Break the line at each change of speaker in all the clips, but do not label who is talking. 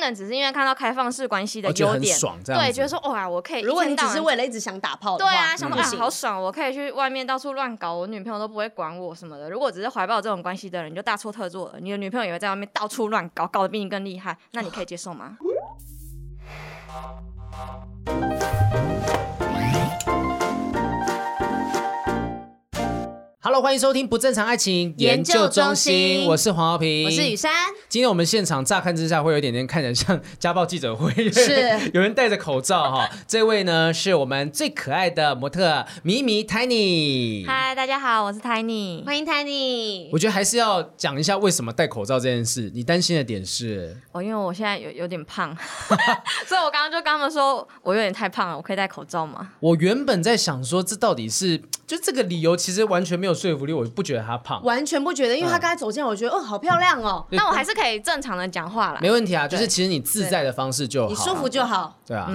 人只是因为看到开放式关系的
我哦觉得
优
很
点，
爽，这样
对，
子
觉得说哇，我可以一天
如
到
果
晚。
你只是为了一直想打炮的
对
话，嗯
啊，想说
不
啊
行
好爽，我可以去外面到处乱搞，我女朋友都不会管我什么的。如果只是怀抱这种关系的人，你就大错特错了。你的女朋友也会在外面到处乱搞，搞得比你更厉害，那你可以接受吗？
Hello，欢迎收听不正常爱情
研究
究中
中心
我是黄浩平，
我是雨珊，
今天我们现场乍看之下会有一点点看起来像家暴记者会，
是
有人戴着口罩哈。这位呢是我们最可爱的模特咪咪 Tiny。
嗨，大家好，我是 Tiny。
欢迎 Tiny
我。觉得还是要讲一下为什么戴口罩这件事。你担心的点是，
哦，因为我现在有有点胖， 所以我刚刚就跟他们说，我有点太胖了，我可以戴口罩吗？
我原本在想说，这到底是就这个理由其实完全没有说服力，我不觉得她胖。
完全不觉得，因为他刚才走进来，我觉得哦，好漂亮哦，
但我还是可以正常的讲话啦。
没问题啊，就是其实你自在的方式就好，啊
你舒服就好。
对啊，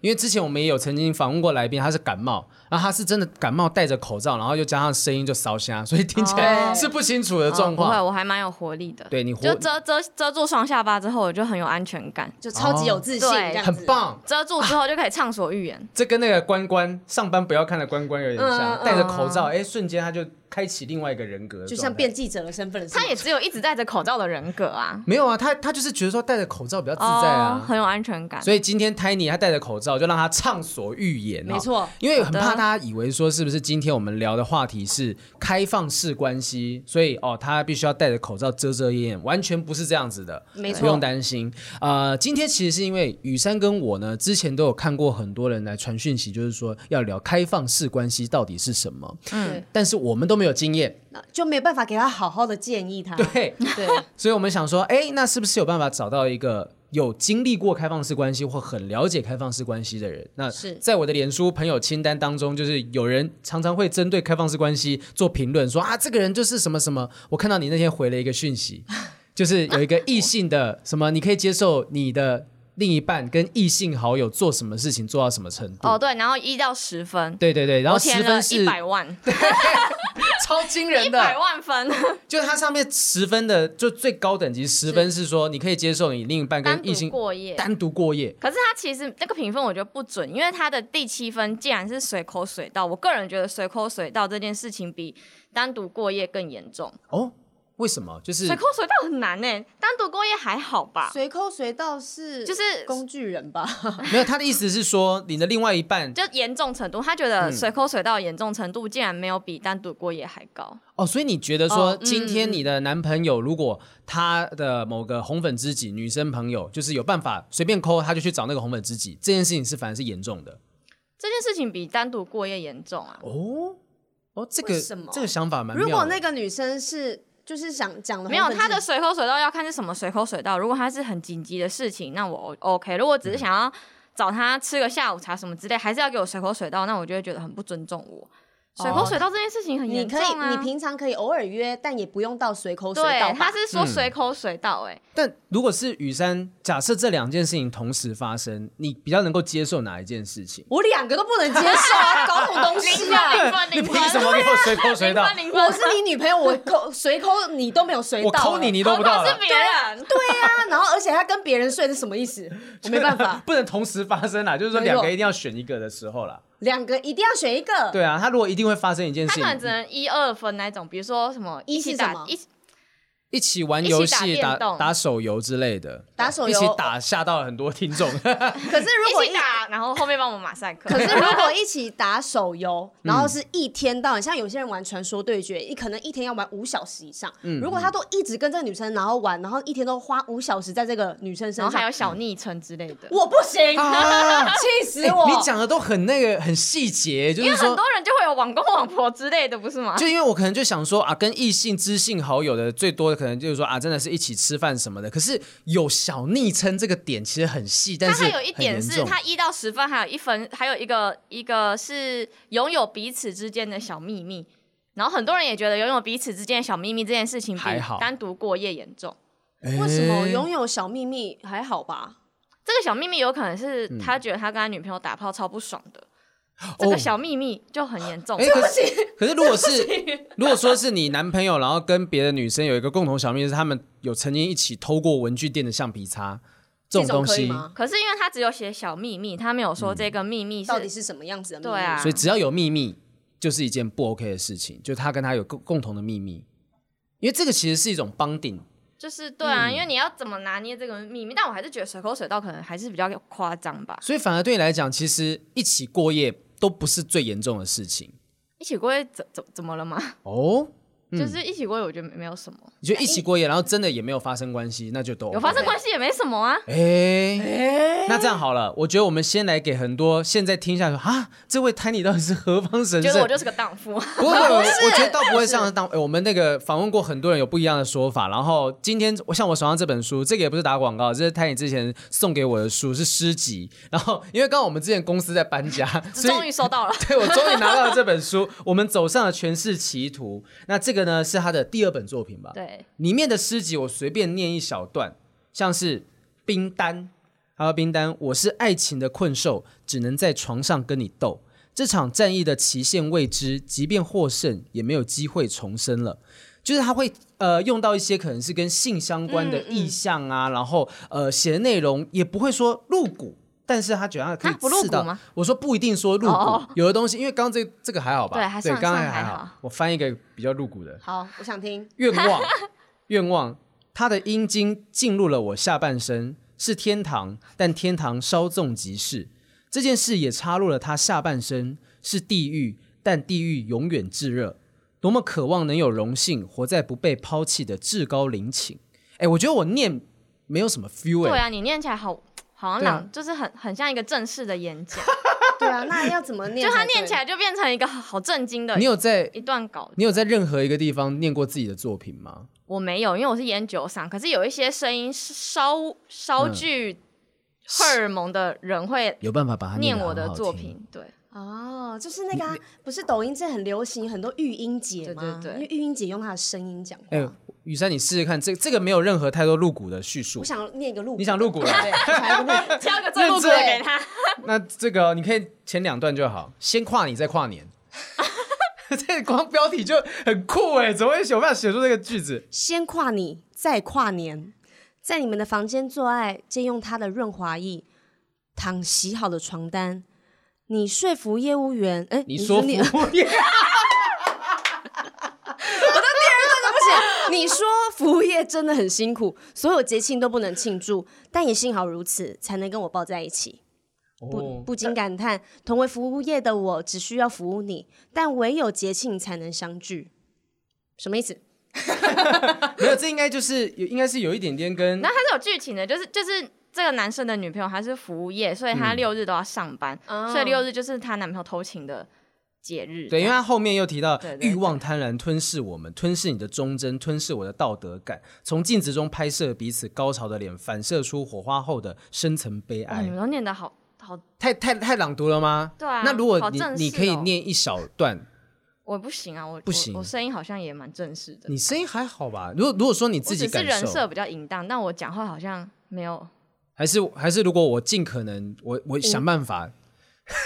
因为之前我们也有曾经访问过来宾，他是感冒，然后他是真的感冒，戴着口罩，然后又加上声音就烧瞎，所以听起来
哦
是不清楚的
哦
状
不会，
况。
我还蛮有活力的。
对你活
就遮遮遮住双下巴之后，我就很有安全感。
就超级有自信，
哦
这样子
很。棒，
遮住之后就可以畅所欲言。
这跟那个关关上班不要看的关关有点像，
嗯嗯
戴着口罩，哎，瞬间他就开启另外一个人格的状态，
就像变记者的身份了，是 吗
他也只有一直戴着口罩的人格啊，
没有啊，他他就是觉得说戴着口罩比较自在
哦
啊。
很有安全感。
所以今天 Tiny 他戴着口罩，就让他畅所欲言、哦。
没错，
因为很
好
怕
的
大家以为说是不是今天我们聊的话题是开放式关系，所以哦，他必须要戴着口罩遮遮掩掩，完全不是这样子的，
没错
不用担心。呃，今天其实是因为雨珊跟我呢，之前都有看过很多人来传讯息，就是说要聊开放式关系到底是什么，
嗯
对，
但是我们都没有经验，
那就没办法给他好好的建议他。
对，
对，
所以我们想说，哎，那是不是有办法找到一个有经历过开放式关系或很了解开放式关系的人？那
是
在我的脸书朋友清单当中，就是有人常常会针对开放式关系做评论说，啊，这个人就是什么什么。我看到你那天回了一个讯息， 就是有一个异性的什么，你可以接受你的另一半跟异性好友做什么事情做到什么程度？
哦，对，然后一到十分，
对对对，然后
我
十
填
分
了
是
一百 万，
超惊
一
人的，
百万分，
就是它上面十分的，就最高等级十分是说你可以接受你另一半
单
跟异
独
性
过夜。
单独过夜。
可是他其实那个评分我觉得不准，因为他的第七分竟然是随口水到，我个人觉得随口水到这件事情比单独过夜更严重。
哦，为什么？就 是
随口水到很难呢、欸单独过夜还好吧？
随口随到是
啊就是
工具人吧？
没有他的意思是说，你的另外一半
就严重程度，他觉
嗯
得随口水到的严重程度竟然没有比单独过夜还高。
哦，所以你觉得说，
哦嗯
今天你的男朋友如果他的某个红粉知己女生朋友，就是有办法随便抠，他就去找那个红粉知己，这件事情是反而是严重的。
这件事情比单独过夜严重啊！
哦哦，这个
为什么
这个想法蛮妙
如
的。
果那个女生是就是想讲的，
没有，他的随口水道要看是什么随口水道。如果他是很紧急的事情，那我 O- OK；如果只是想要找他吃个下午茶什么之类，还是要给我随口水道，那我就会觉得很不尊重我。
哦
随口水道这件事情很
你
严
可
重
以
啊！
你平常可以偶尔约，但也不用到随口随到
对，
吧
他是
嗯
说随口水道、哎、
但如果是雨珊，假设这两件事情同时发生，你比较能够接受哪一件事情？
我两个都不能接 受啊，搞什么东西啊？
零分
你
零
凭
分
什么给我随口随
零
到
分？ 零分，
我是你女朋友，我抠随抠你都没有随
我
到，
抠你，
欸
你都不到
何况
了
是。别人。
对啊，然后而且他跟别人睡是什么意思？我没办法，
不能同时发生啊啦，就是说
没错
两个一定要选一个的时候啦。
两个一定要选一个。
对啊，他如果一定会发生一件
他
事
可能只
情，
能一二分那种，比如说什么
一
一起
是
打
什么
一起
一起玩游
一
戏、
起打
打
电动
打手游之类的，
打手游
一起打吓到了很多 听众。
可是如果
一起打，然后后面帮我马赛克。
可是如 果一起打手游，然后是一天到晚，像有些人玩传说对决，一可能一天要玩五小时以上。
嗯
如果他都一直跟这个女生然后玩，然后一天都花五小时在这个女生身
然
上，
后还有
嗯
小昵称之类的。
我不行，
啊
气
哎
死我！
你讲的都很那个，很细节，就
因
是
为很
说
多，人就会有网公网婆之类的，不是吗？
就因为我可能就想说啊，跟异性、知性好友的最多的可能就是说啊，真的是一起吃饭什么的。可是有小昵称这个点其实很细，但
他
是
还有一点
很
是，
严重
他一到十分还有一分，还有一个一个是拥有彼此之间的小秘密。然后很多人也觉得拥有彼此之间的小秘密这件事情比
还好
单独过夜严重。
为什么
哎
拥有小秘密还好吧？
这个小秘密有可能是他觉得他跟他女朋友打炮超不爽的，这
哦
个小秘密就很严重。
哎、可是可是如果是 如果说是你男朋友，然后跟别的女生有一个共同小秘密，是他们有曾经一起偷过文具店的橡皮擦，这
这
种东
种可以
西，
吗？
可是因为他只有写小秘密，他没有说这个秘密
到底
是
是什么样子的秘密？
对啊
所以只要有秘密，就是一件不 OK 的事情，就他跟他有共共同的秘密，因为这个其实是一种帮顶，
就是对啊，因为你要怎么拿捏这个秘密，但我还是觉得随口水到可能还是比较夸张吧。
所以反而对你来讲，其实一起过夜都不是最严重的事情
一起过夜怎怎怎么了吗？
哦。
就是一起过夜，我觉得没没有什么，
你就一起过夜，然后真的也没有发生关系，那就都 OK
有发生关系也没什么啊。
哎、那这样好了，我觉得我们先来给很多现在听下去啊，这位 Tiny 到底是何方神
觉得
圣
我？就是个荡妇，啊
不不不，我觉得倒不 会上当。哎我们那个访问过很多人有不一样的说法，然后今天我像我手上这本书，这个也不是打广告，这是 Tiny 之前送给我的书，是诗集。然后因为刚好我们之前公司在搬 家，所以
终于收到了。
对，我终于拿到了这本书，《我们走上了全是歧途》。那这个呢，是他的第二本作品吧？，
对，
里面的诗集我随便念一小段，像是冰丹，还有冰丹，我是爱情的困兽，只能在床上跟你斗。这场战役的期限未知，即便获胜，也没有机会重生了。就是他会呃用到一些可能是跟性相
嗯
关的意象啊，然后呃写的内容也不会说露骨，但是他觉得他可以
啊不露
刺到
骨吗
我说不一定说露骨，
哦
有的东西因为刚刚这这个还好吧？
对还算
刚刚
算
还
还
好
好。
我翻一个比较露骨的，
好，我想听。
愿望， 愿望，他的阴茎进入了我下半身，是天堂，但天堂稍纵即逝。这件事也插入了他下半身，是地狱，但地狱永远炙热。多么渴望能有荣幸活在不被抛弃的至高陵寝。哎，我觉得我念没有什么 feel
对
哎、
啊，你念起来好好像
对啊
朗，就是很很像一个正式的演讲，
对啊，那要怎么念
就
才对？
他念起来就变成一个好震惊的
你有在
一段稿。
你有在任何一个地方念过自己的作品吗？
我没有，因为我是研究上，可是有一些声音是稍稍具荷尔蒙的人会
有办法把它
念
啊得
我的
很好
作
听
品，对，
哦，就是那个、啊，不是抖音这很流行很多育音姐
对
吗？
对对
因为育音姐用她的声音讲话。
哎，雨珊，你试试看，这这个没有任何太多露骨的叙述
我。想念一个录，
你想露骨了
对，我想要一个露骨
挑个最露骨的
认
给
真
他。
那这个你可以前两段就好，先跨你再跨年。 这光标题就很酷哎，怎么会有办法写出这个句子？
先跨你，再跨年，在你们的房间做爱，借用他的润滑液，躺洗好的床单。你说服业务员，哎、
你说服
你 不
务 业，
是你说服务业真的很辛苦，所有节庆都不能庆祝，但也幸好如此，才能跟我抱在一起。不
哦
不禁感叹，同为服务业的我，只需要服务你，但唯有节庆才能相聚。什么意思？
哦没有，这应该就是有，应该是有一点点跟
然后他是有剧情的，就是就是这个男生的女朋友她是服务业，所以她六日都要上班，
哦
所以六日就是她男朋友偷情的节日。
对，因为他后面又提到
对对
欲望、贪婪吞噬我们，吞噬你的忠贞，吞噬我的道德感。从镜子中拍摄彼此高潮的脸，反射出火花后的深层悲
哇，
哀
你。嗯们都念的好好，
太太太朗读了吗？
对啊
那如果
好
你
正式
你可以
哦
念一小段，
我不行啊，我
不行
我，我声音好像也蛮正式的。
你声音还好吧？如果如果说你
我
自己
只是
感
人
受，
设比较淫荡，但我讲话好像没 有
还是还是，如果我尽可能，我我想办法、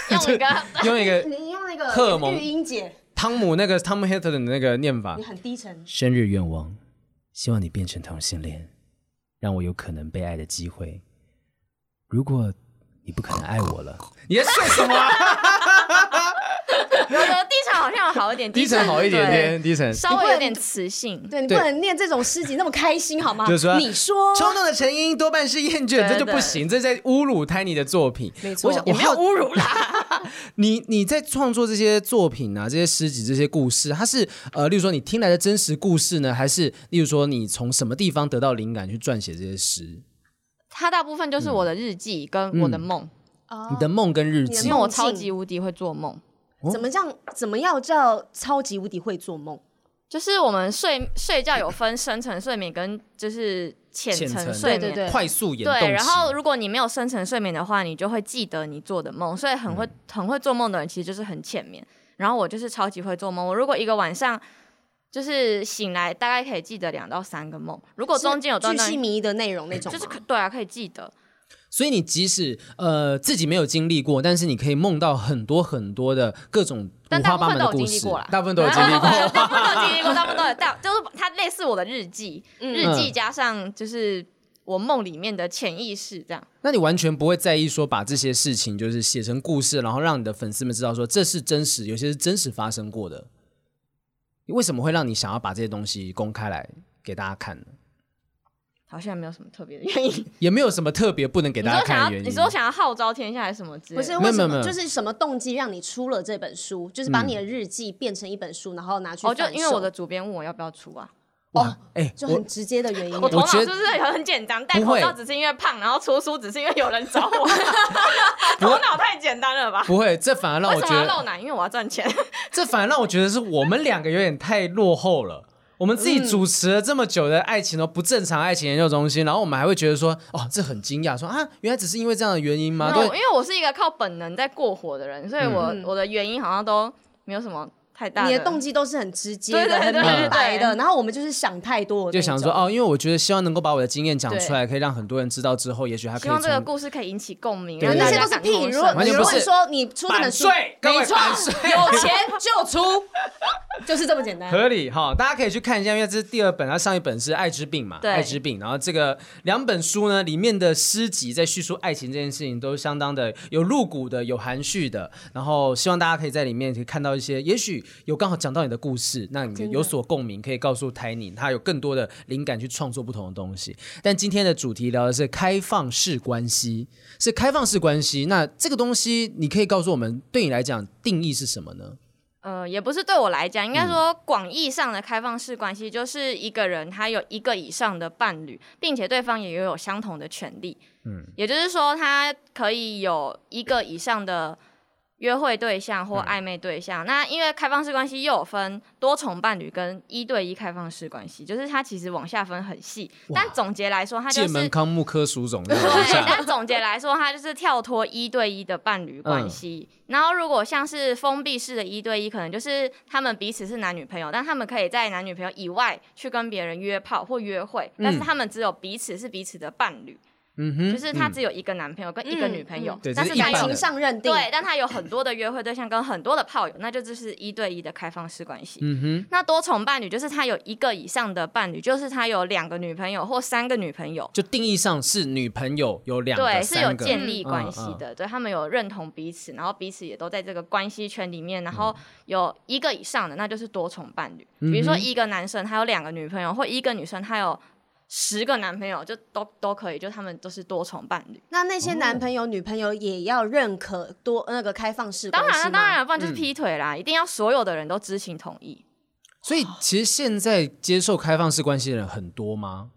用一个
用一 个
你用那个
荷尔蒙
育婴姐，
汤姆那个汤姆 Hilton 的那个念法
你，很低沉。
生日愿望，希望你变成同性恋，让我有可能被爱的机会。如果你不可能爱我了， 你在说什么啊、
我的低沉好像有好一点，
低沉好一点
对
点，低沉。
稍微有点磁性。
对你不
对
能念这种诗集那么开心好吗？
就是啊说
你说
冲动的成因多半是厌倦，
对
这就不行，这在侮辱 Tiny 的作品。
没错
我想我
也没有
好
侮辱啦，
你你在创作这些作品啊，这些诗集、这些故事，它是呃，例如说你听来的真实故事呢，还是例如说你从什么地方得到灵感去撰写这些诗？
它大部分就是我的日记跟我
嗯
的梦，哦
你的梦跟日
嗯
记
因为我超级无敌会做梦。哦
怎么这样？怎么要叫超级无敌会做梦？
就是我们睡睡觉有分深层睡眠跟就是浅
浅层
层睡眠，
对对对
快速眼动期
对然后如果你没有深层睡眠的话，你就会记得你做的梦，所以很
嗯
会、很会做梦的人其实就是很浅眠。然后我就是超级会做梦，我如果一个晚上就是醒来，大概可以记得两到三个梦。如果中间有断
巨
断
细，靡遗的内容那种吗，
就是可对啊，可以记得。
所以你即使呃自己没有经历过，但是你可以梦到很多很多的各种
但
五
大
花
部
八
分
门
都有
的故
经历
事
过啦，，
大部分都有经 历
大
过。
嗯
嗯
部分都有经历过，大部分都有，但就是它类似我的日记，日记加上就是我梦里面的潜意识这样。
那你完全不会在意说把这些事情就是写成故事，然后让你的粉丝们知道说这是真实，有些是真实发生过的。你为什么会让你想要把这些东西公开来给大家看呢？
好像没有什么特别的原因。
也没有什么特别不能给
你
大家
说
看
想
的
要，
原因。
你说想要号召天下还是什么之类
不
的？哦
是
没有
为
没有
什
没有嗯
么？就是什么动机让你出了这本书？就是把你的日记变成一本书，然后拿去
哦，就
贩
因为我
售
的主编问我要不要出啊，
哇，哎、
就
我
很直接的原因。
我头脑
觉
是
得
不是很简单？戴
不
口
会
罩只是因为胖，然后出书只是因为有人找 我， 头脑太简单了吧？
不会，这反而让
为
我
什
觉
么要
得
露奶？因为我要赚钱。
这反而让我觉得是我们两个有点太落后了。我们
嗯
自己主持了这么久的爱情哦，不正常爱情研究中心，然后我们还会觉得说，哦，这很惊讶，说啊，原来只是因为这样的原因吗？
没有
对
因，为我是一个靠本能在过火的人，所以我、
嗯
我的原因好像都没有什么太大
你的
机。
动机都是很直接
对
的、
对
很
对
对
明白的，
对
然后我们就是想太多的那种，
就想说哦，因为我觉得希望能够把我的经验讲出来，可以让很多人知道之后，也许还可
希
以
望这个
从
故事可以引起共鸣，
对
让
对
那
大
些
家
都是
感
屁。
同
如果
身
完
你
全
如
不
果
是
说你出这本书，
各位
没错，
版税
有钱就出，就是这么简单。
合理哈，大家可以去看一下，因为这是第二本，它上一本是《爱之病》嘛，《
对
爱之病》，然后这个两本书呢，里面的诗集在叙述爱情这件事情，都相当的有露骨的，有含蓄的，然后希望大家可以在里面可以看到一些，也许有刚好讲到你的故事，那你有所共鸣，可以告诉 Tiny，他有更多的灵感去创作不同的东西。但今天的主题聊的是开放式关系，是开放式关系，那这个东西你可以告诉我们，对你来讲定义是什么呢？
呃，也不是对我来讲，应该说广义上的开放式关系，就是一个人他有一个以上的伴侣，并且对方也拥有相同的权利。嗯，也就是说，他可以有一个以上的约会对象或暧昧对象。那因为开放式关系又有分多重伴侣跟一对一开放式关系，就是它其实往下分很细。但总结来说，它就
剑门
是。
康木科 属种，
对，但总结来说，它就是跳脱一对一的伴侣关
嗯
系。然后，如果像是封闭式的一对一，可能就是他们彼此是男女朋友，但他们可以在男女朋友以外去跟别人约炮或约会，但是他们只有彼此是彼此的伴侣，
嗯哼，
就是他只有一个男朋友跟一个女朋友，
对
但
这
是
是一
他
感
般
有
的
情上认定，
对，但他有很多的约会对象跟很多的炮友，那就只是一对一的开放式关系。
嗯哼，
那多重伴侣就是他有一个以上的伴侣，就是他有两个女朋友或三个女朋友，
就定义上是女朋友有两个、
对，是有
三个
建立
嗯
关系的，对他们有认同彼此，然后彼此也都在这个关系圈里面，然后
嗯
有一个以上的，那就是多重伴侣。比如说一个男生他有两个女朋友，或一个女生她有十个男朋友，就都都可以，就他们都是多重伴侣。
那
哦
那些男朋友、女朋友也要认可多那个开放式关
当
系
然了，
吗
当然了，啊不然
嗯
就是劈腿啦，一定要所有的人都知情同意。
所以其实现在接受开放式关系的人很多吗？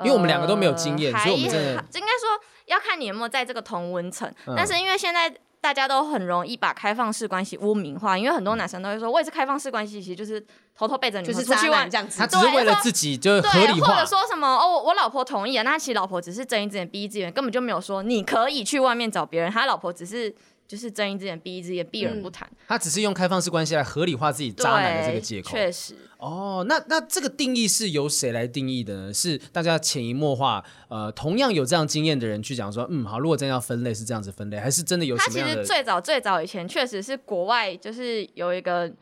因为我们两个都没有经验
呃
所以我们真的嗯
还应该说要看你有没有在这个同温层。但是因为现在大家都很容易把开放式关系污名化，因为
嗯
很多男生都会说，我也是开放式关系，其实就是偷偷背着女
就
生
是
出
渣
去玩
男这。样子啊
他。只是为了自己就是合
对，
理
或
化
者，说什么哦，我我老婆同意啊，那其实老婆只是睁一只眼闭一只眼，根本就没有说你可以去外面找别人，他老婆只是就是睁一只眼闭一只眼，避人不谈。
他只是用开放式关系来合理化自己
对，
嗯渣男的这个借口。
确实，
哦，那那这个定义是由谁来定义的呢？是大家潜移默化，呃，同样有这样经验的人去讲说，嗯，好，如果真的要分类是这样子分类，还是真的有
他
什么
其
样
实
的？
最早最早以前确实是国外，就是有一个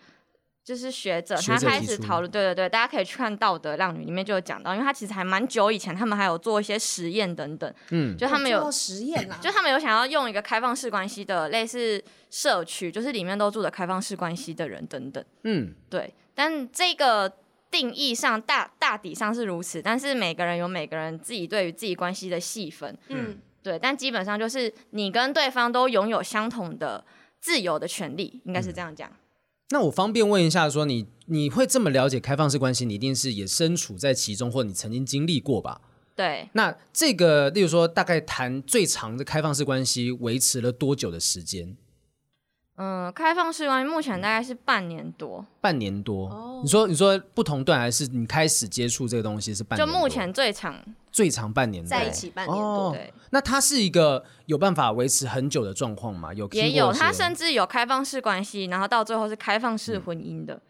就是学者，
学者
他开
提
始
出
讨论，对对对，大家可以去看《道德浪女》里面就有讲到，因为他其实还蛮久以前，他们还有做一些实验等等，嗯，就他们
做
有
到。实验啊，
就嗯他们有想要用一个开放式关系的类似社区，就是里面都住着开放式关系的人等等，
嗯，
对。但这个定义上大大体上是如此，但是每个人有每个人自己对于自己关系的细分，
嗯，
对，但基本上就是你跟对方都拥有相同的自由的权利，应该
嗯
是这样讲。
那我方便问一下，说你你会这么了解开放式关系，你一定是也身处在其中，或你曾经经历过吧？
对，
那这个，例如说，大概谈最长的开放式关系维持了多久的时间？
嗯，开放式关系目前大概是半年多，
半年多。
哦
你说，你说不同段还是你开始接触这个东西是半
就
年多？
目前最长。
最长半年多
在一起半年多，
哦
对，
那它是一个有办法维持很久的状况吗？有
也有，他
身
甚至有开放式关系，然后到最后是开放
嗯
式婚
哦
姻的，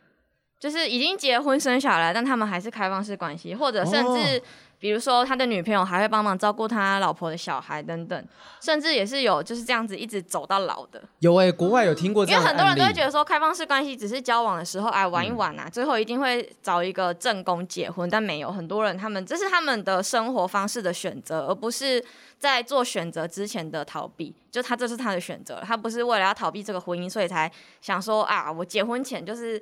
就是已经结婚生小孩，但他们还是开放式关系，或者甚至比如说他的女朋友还会帮忙照顾他老婆的小孩等等，甚至也是有就是这样子一直走到老的。
有哎、国外有听过这
因为
样的
很多人都
案
会
例嗯
觉得说，开放式关系只是交往的时候哎玩一玩啊，最后一定会找一个正宫结婚，但没有很多人他们这是他们的生活方式的选择，而不是在做选择之前的逃避。就他这是他的选择，他不是为了要逃避这个婚姻，所以才想说啊，我结婚前就是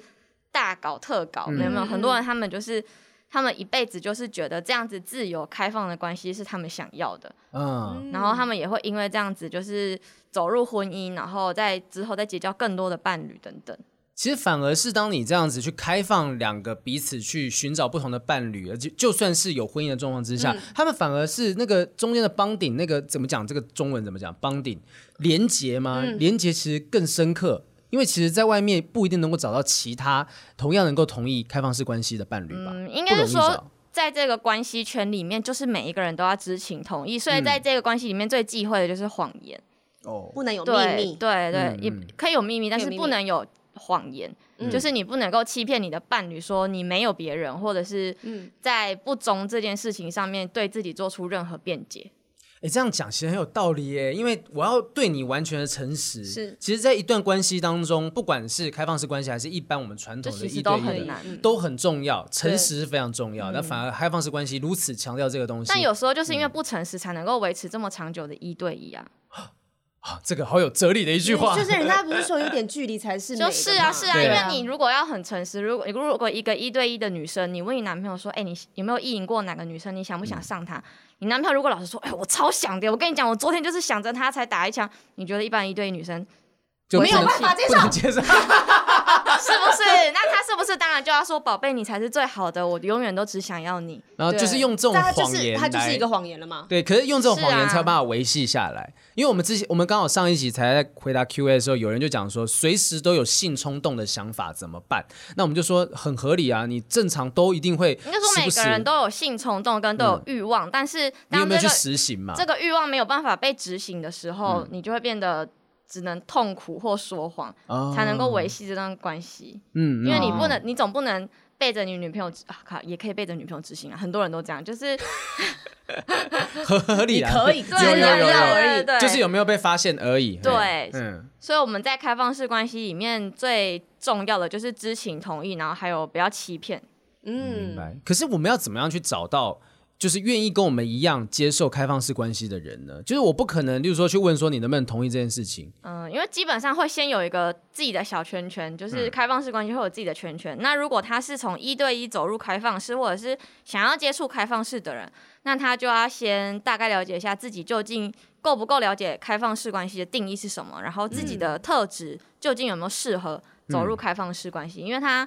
大搞特搞，
嗯
没有没有？
嗯
很多人他们就是。他们一辈子就是觉得这样子自由开放的关系是他们想要的，
嗯，
然后他们也会因为这样子，就是走入婚姻，然后在之后再结交更多的伴侣等等。
其实反而是当你这样子去开放两个彼此去寻找不同的伴侣，而且就算是有婚姻的状况之下，
嗯
他们反而是那个中间的帮顶，那个怎么讲？这个中文怎么讲？帮顶连结吗？
嗯
连结其实更深刻。因为其实，在外面不一定能够找到其他同样能够同意开放式关系的伴侣吧，
嗯，应
不
该
容
是
易
说
找。，
在这个关系圈里面，就是每一个人都要知情同意，所以在这个关系里面最忌讳的就是谎言。
哦，
不能有秘
对
密。
对对
嗯，
也
嗯
可以有秘密，但是
可以有秘密
不能有谎言。就是你不能够欺骗你的伴侣，说你没有别人，或者是
嗯
在不忠这件事情上面对自己做出任何辩解。
哎，这样讲其实很有道理耶，因为我要对你完全的诚实。
是
其实，在一段关系当中，不管是开放式关系，还是一般我们传统的
这其实
一对
都
一
很
的
难嗯
都很重要，诚实是非常重要。那反而开放式关系如此强调这个东西，
但有时候就是因为不诚实，才能够维持这么长久的一对一啊。
啊这个好有哲理的一句话，
就是人家不是说有点距离才是美的
就
嘛
是啊，是啊，
对
因为你如果要很诚实，如果如果一个一对一的女生，你问你男朋友说，哎、你有没有意淫过哪个女生？你想不
嗯
想上她？你男朋友如果老实说，哎、我超想的，我跟你讲，我昨天就是想着她才打一枪。你觉得一般一对一女生
就
没有
不能
办法
接受
不能接受。
是不是？那她是不是当然就要说，宝贝，你才是最好的，我永远都只想要你。
然后就是用这种
但他就
谎
是
言
他就是
来
一个谎言了嘛。
对，可是用这种谎
是
言
啊
才有办法维系下来。因为我们之前，我们刚好上一集才在回答 Q&A 的时候，有人就讲说，随时都有性冲动的想法怎么办？那我们就说很合理啊，你正常都一定会时
应该说每
不嗯时，
个人都有性冲动跟都有欲望，但是
你有
当这
没有去
个
实行嘛？
这个欲望没有办法被执行的时候，
嗯
你就会变得只能痛苦或说谎，
哦
才能够维系这段关系。
嗯，
因为你
嗯
不能，你总不能背着你女朋友执啊，靠，也可以背着女朋友执行啊。很多人都这样，就是
合合 理啊，
你可以
有
对
有
对对
有有
对对
就是有没有被发现而已。
对
嗯，
所以我们在开放式关系里面最重要的就是知情同意，然后还有不要欺骗。
嗯，
明白。可是我们要怎么样去找到？就是愿意跟我们一样接受开放式关系的人呢？就是我不可能，例如说去问说你能不能同意这件事情，
嗯，因为基本上会先有一个自己的小圈圈，就是开放式关系会有自己的圈圈。那如果他是从一对一走入开放式，或者是想要接触开放式的人，那他就要先大概了解一下自己究竟够不够了解开放式关系的定义是什么，然后自己的特质究竟有没有适合走入开放式关系，因为他。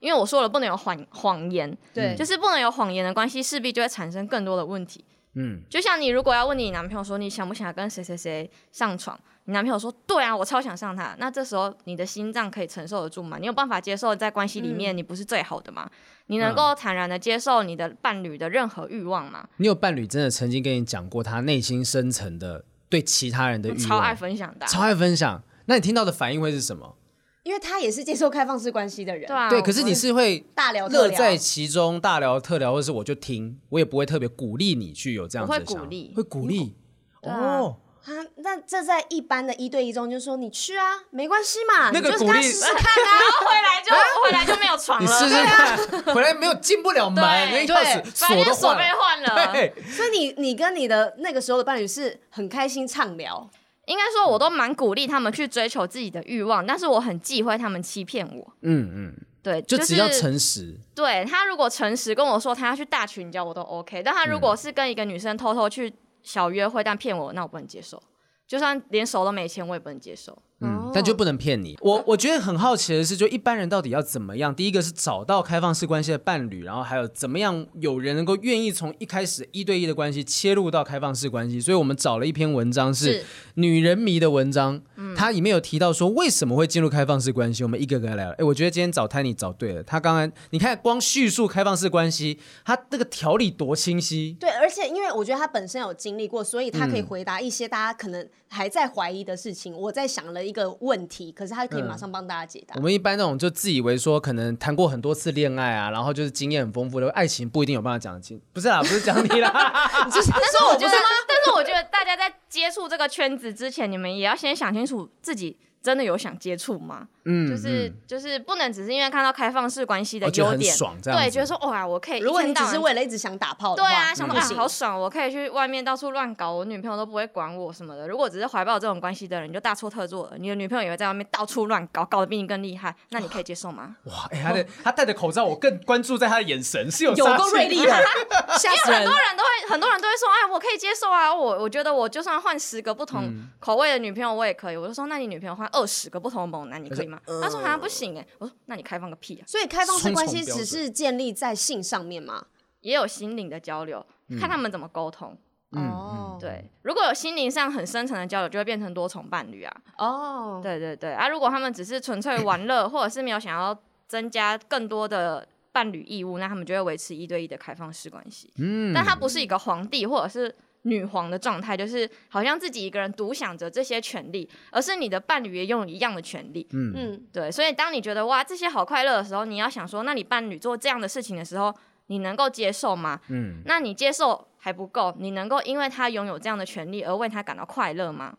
因为我说了不能有谎谎言，
对，
就是不能有谎言的关系，势必就会产生更多的问题。
嗯，
就像你如果要问你男朋友说你想不想跟谁谁谁上床，你男朋友说对啊，我超想上他，那这时候你的心脏可以承受得住吗？你有办法接受在关系里
嗯
面你不是最好的吗？你能够坦然的接受你的伴侣的任何欲望吗？
你有伴侣真的曾经跟你讲过他内心深层的对其他人的欲望，
超爱分享的啊、
超爱分享。那你听到的反应会是什么？
因为他也是接受开放式关系的人，
对啊，
对，可是你是会
大聊特
乐
聊
在其中，大聊特聊，或是我就听，我也不会特别鼓励你去有这样子的
我会鼓
想法
励
会鼓励。
对啊
哦，
啊，那这在一般的一对一中，就说你去啊，没关系嘛，
那个
你就是跟他
鼓励
试试 看啊。
回来 就回来就没有床
你
了，
试试
对啊
看，回来没有进不了门，那
对
钥
对
匙
反
锁
正
都
锁
换
被
了。
换了。
对，
所以你你跟你的那个时候的伴侣是很开心畅聊，
应该说我都蛮鼓励他们去追求自己的欲望，但是我很忌讳他们欺骗我。
嗯嗯，
对，
就只要
是
诚实，
对他如果诚实跟我说他要去大群交，我都 OK。但他如
嗯
果是跟一个女生偷偷去小约会，但骗我，那我不能接受。就算连手都没牵，我也不能接受。
嗯，但就不能骗你。我我觉得很好奇的是，就一般人到底要怎么样？第一个是找到开放式关系的伴侣，然后还有怎么样有人能够愿意从一开始一对一的关系切入到开放式关系。所以我们找了一篇文章是
是
女人迷的文章，它里面有提到说为什么会进入开放式关系，我们一个个来聊。哎，我觉得今天找 Tiny 找对了，他刚刚你看光叙述开放式关系，他那个条理多清晰。
对，而且因为我觉得他本身有经历过，所以他可以回答一些大家可能还在怀疑的事情。我在想了一个问题，可是他可以马上帮大家解答。
我们一般那种就自以为说可能谈过很多次恋爱啊，然后就是经验很丰富的，爱情不一定有办法讲得清。不是啦，不是讲你啦，
就是
但是我觉
不
得
是吗？，
但是我觉得大家在接触这个圈子之前，你们也要先想清楚自己真的有想接触吗？
嗯，
就是、
嗯
就是不能只是因为看到开放式关系的
哦觉得
优
很
点，
爽这样
对，
子
觉得说哇，我可以一
如果你
天
只
到
是
晚
为了一直想打炮的
对
话，
啊，想
嗯不
说啊
行，
好爽，我可以去外面到处乱搞，我女朋友都不会管我什么的。如果只是怀抱这种关系的人，你就大错特错了。你的女朋友也会在外面到处乱搞，搞得比你更厉害，那你可以接受吗？
哇，哎、他的他戴着口罩，我更关注在他的眼神是有
有
杀
够
气
锐利的， 吓死人
很！多人都会，很多人都会说，哎，我可以接受啊，我我觉得我就算换十个不同
嗯
口味的女朋友，我也可以。我就说，那你女朋友换二十个不同的猛男，你可以吗？
呃
他说好像不行哎、我说那你开放个屁啊！
所以开放式
双
关
重
系
标
只
准
是建立在性上面嘛？
也有心灵的交流，看他们怎么沟通。
嗯
嗯
哦，
对，如果有心灵上很深层的交流，就会变成多重伴侣啊。
哦，
对对对啊！如果他们只是纯粹玩乐，或者是没有想要增加更多的伴侣义务，那他们就会维持一对一的开放式关系。嗯，但他不是一个皇帝或者是女皇的状态，就是好像自己一个人独享着这些权利，而是你的伴侣也拥有一样的权利。
嗯，
对，所以当你觉得哇这些好快乐的时候，你要想说，那你伴侣做这样的事情的时候，你能够接受吗？嗯，那你接受还不够，你能够因为他拥有这样的权利而为他感到快乐吗？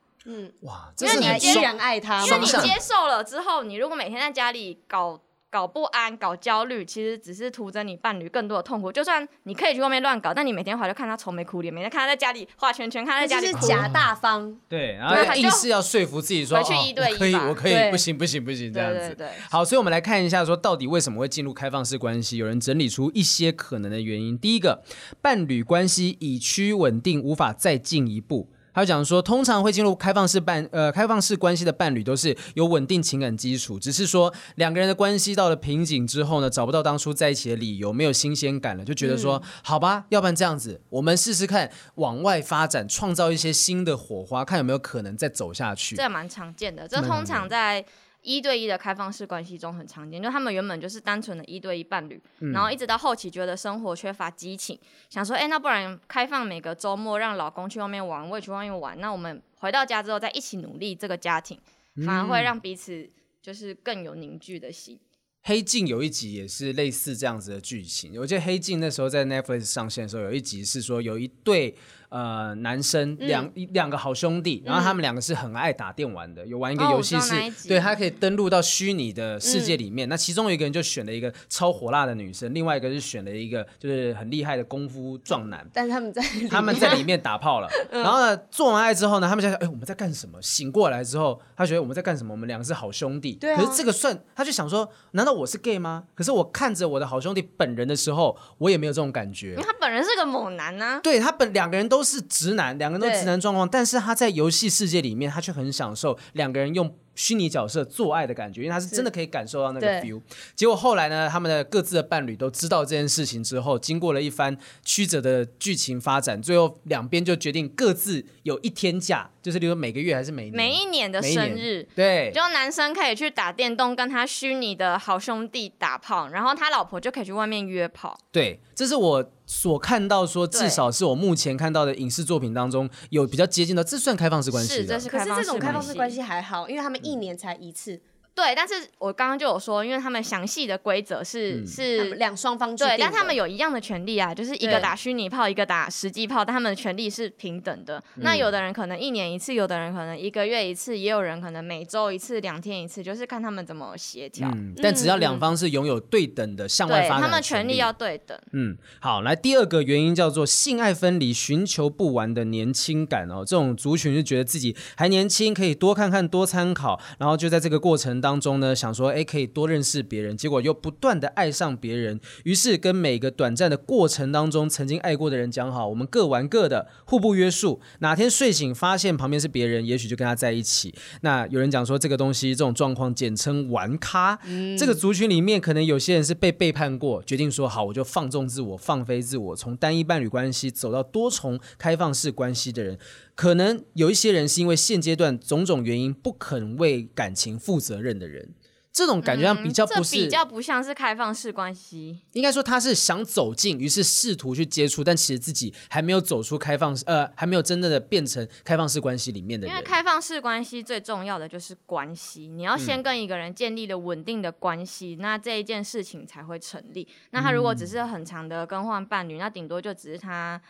哇，这
就是嗯是你
很
依
爽。
然爱他，
因为你
向
接受了之后，你如果每天在家里搞搞不安、搞焦虑，其实只是徒增你伴侣更多的痛苦。就算你可以去外面乱搞，但你每天回来就看他愁眉苦脸，每天看他在家里画圈圈，看他在
那
家
就
里
是
哭。
假大方。
对，然
对
后
他就
硬是要说服自己说，
回去一对一
哦、我可以，
吧
我可以，
对
不行，不行，不行，这样子。
对对对
好，所以我们来看一下，说到底为什么会进入开放式关系？有人整理出一些可能的原因。第一个，伴侣关系已趋稳定，无法再进一步。还有讲说，通常会进入开放式伴呃开放式关系的伴侣都是有稳定情感基础，只是说两个人的关系到了瓶颈之后呢，找不到当初在一起的理由，没有新鲜感了，就觉得说、好吧，要不然这样子，我们试试看往外发展，创造一些新的火花，看有没有可能再走下去。
这嗯蛮常见的，这通常在一对一的开放式关系中很常见，就他们原本就是单纯的一对一伴侣，然后一直到后期觉得生活缺乏激情，想说，哎、那不然开放每个周末让老公去外面玩，我也去外面玩，那我们回到家之后再一起努力这个家庭，反而会让彼此就是更有凝聚的心。
黑镜有一集也是类似这样子的剧情。我记得黑镜那时候在 Netflix 上线的时候，有一集是说有一对呃男生
嗯
两、一两个好兄弟，然后他们两个是很爱打电玩的，有玩一个
哦
游戏
我知
是、
道那一集嗯
对他可以登录到虚拟的世界里面。那其中有一个人就选了一个超火辣的女生，另外一个是选了一个就是很厉害的功夫壮男。
但是他们在里面
他们在里面打 炮了，
嗯
然后呢，做完爱之后呢，他们想想，哎、我们在干什么？醒过来之后，他觉得我们在干什么？我们两个是好兄弟。
对啊
可是这个算，他就想说，难道我是 gay 吗？可是我看着我的好兄弟本人的时候，我也没有这种感觉
因为。他本人是个猛男啊呢、
对他本两个人都是直男，两个人都是
对
直男状况，但是他在游戏世界里面，他却很享受两个人用虚拟角色做爱的感觉，因为他是真的可以感受到那个
对
feel。结果后来呢，他们的各自的伴侣都知道这件事情之后，经过了一番曲折的剧情发展，最后两边就决定各自有一天假，就是例如说每个月还是每年
每一年的
每一年
生日。
对。
就男生可以去打电动，跟他虚拟的好兄弟打炮，然后他老婆就可以去外面约炮。
对，这是我所看到说，至
对
少是我目前看到的影视作品当中有比较接近的，这算开放式关系
是，
的
这是
可是这种 开放式关
系。
系还好，因为他们一年才一次，
对，但是我刚刚就有说，因为他们详细的规则
嗯
是、
他
是
们。两双方制
对，
定
但
的
他们有一样的权利啊，就是一
对
个打虚拟炮，一个打实际炮，但他们的权利是平等的。那有
嗯
的人可能一年一次，有的人可能一个月一次，也有人可能每周一次、两天一次，就是看他们怎么协调。
嗯，但只要两方是拥有对等的向外
对
发展，
他们权利要对等。
嗯，好，来第二个原因叫做性爱分离，寻求不完的年轻感哦。这种族群就觉得自己还年轻，可以多看看、多参考，然后就在这个过程当中呢，想说，哎，可以多认识别人，结果又不断的爱上别人，于是跟每个短暂的过程当中曾经爱过的人讲好，我们各玩各的，互不约束。哪天睡醒发现旁边是别人，也许就跟他在一起。那有人讲说，这个东西这种状况简称“玩咖”
嗯
这个族群里面，可能有些人是被背叛过，决定说好，我就放纵自我，放飞自我，从单一伴侣关系走到多重开放式关系的人。可能有一些人是因为现阶段种种原因不肯为感情负责任的人，这种感觉上比较
嗯这
不是，
比较不像是开放式关系，
应该说他是想走近，于是试图去接触，但其实自己还没有走出开放式，呃，还没有真正的变成开放式关系里面的
因
人
为。开放式关系最重要的就是关系，你要先跟一个人建立了稳定的关系，那这一件事情才会成立。那他如果只
嗯
是很长的更换伴侣，那顶多就只是他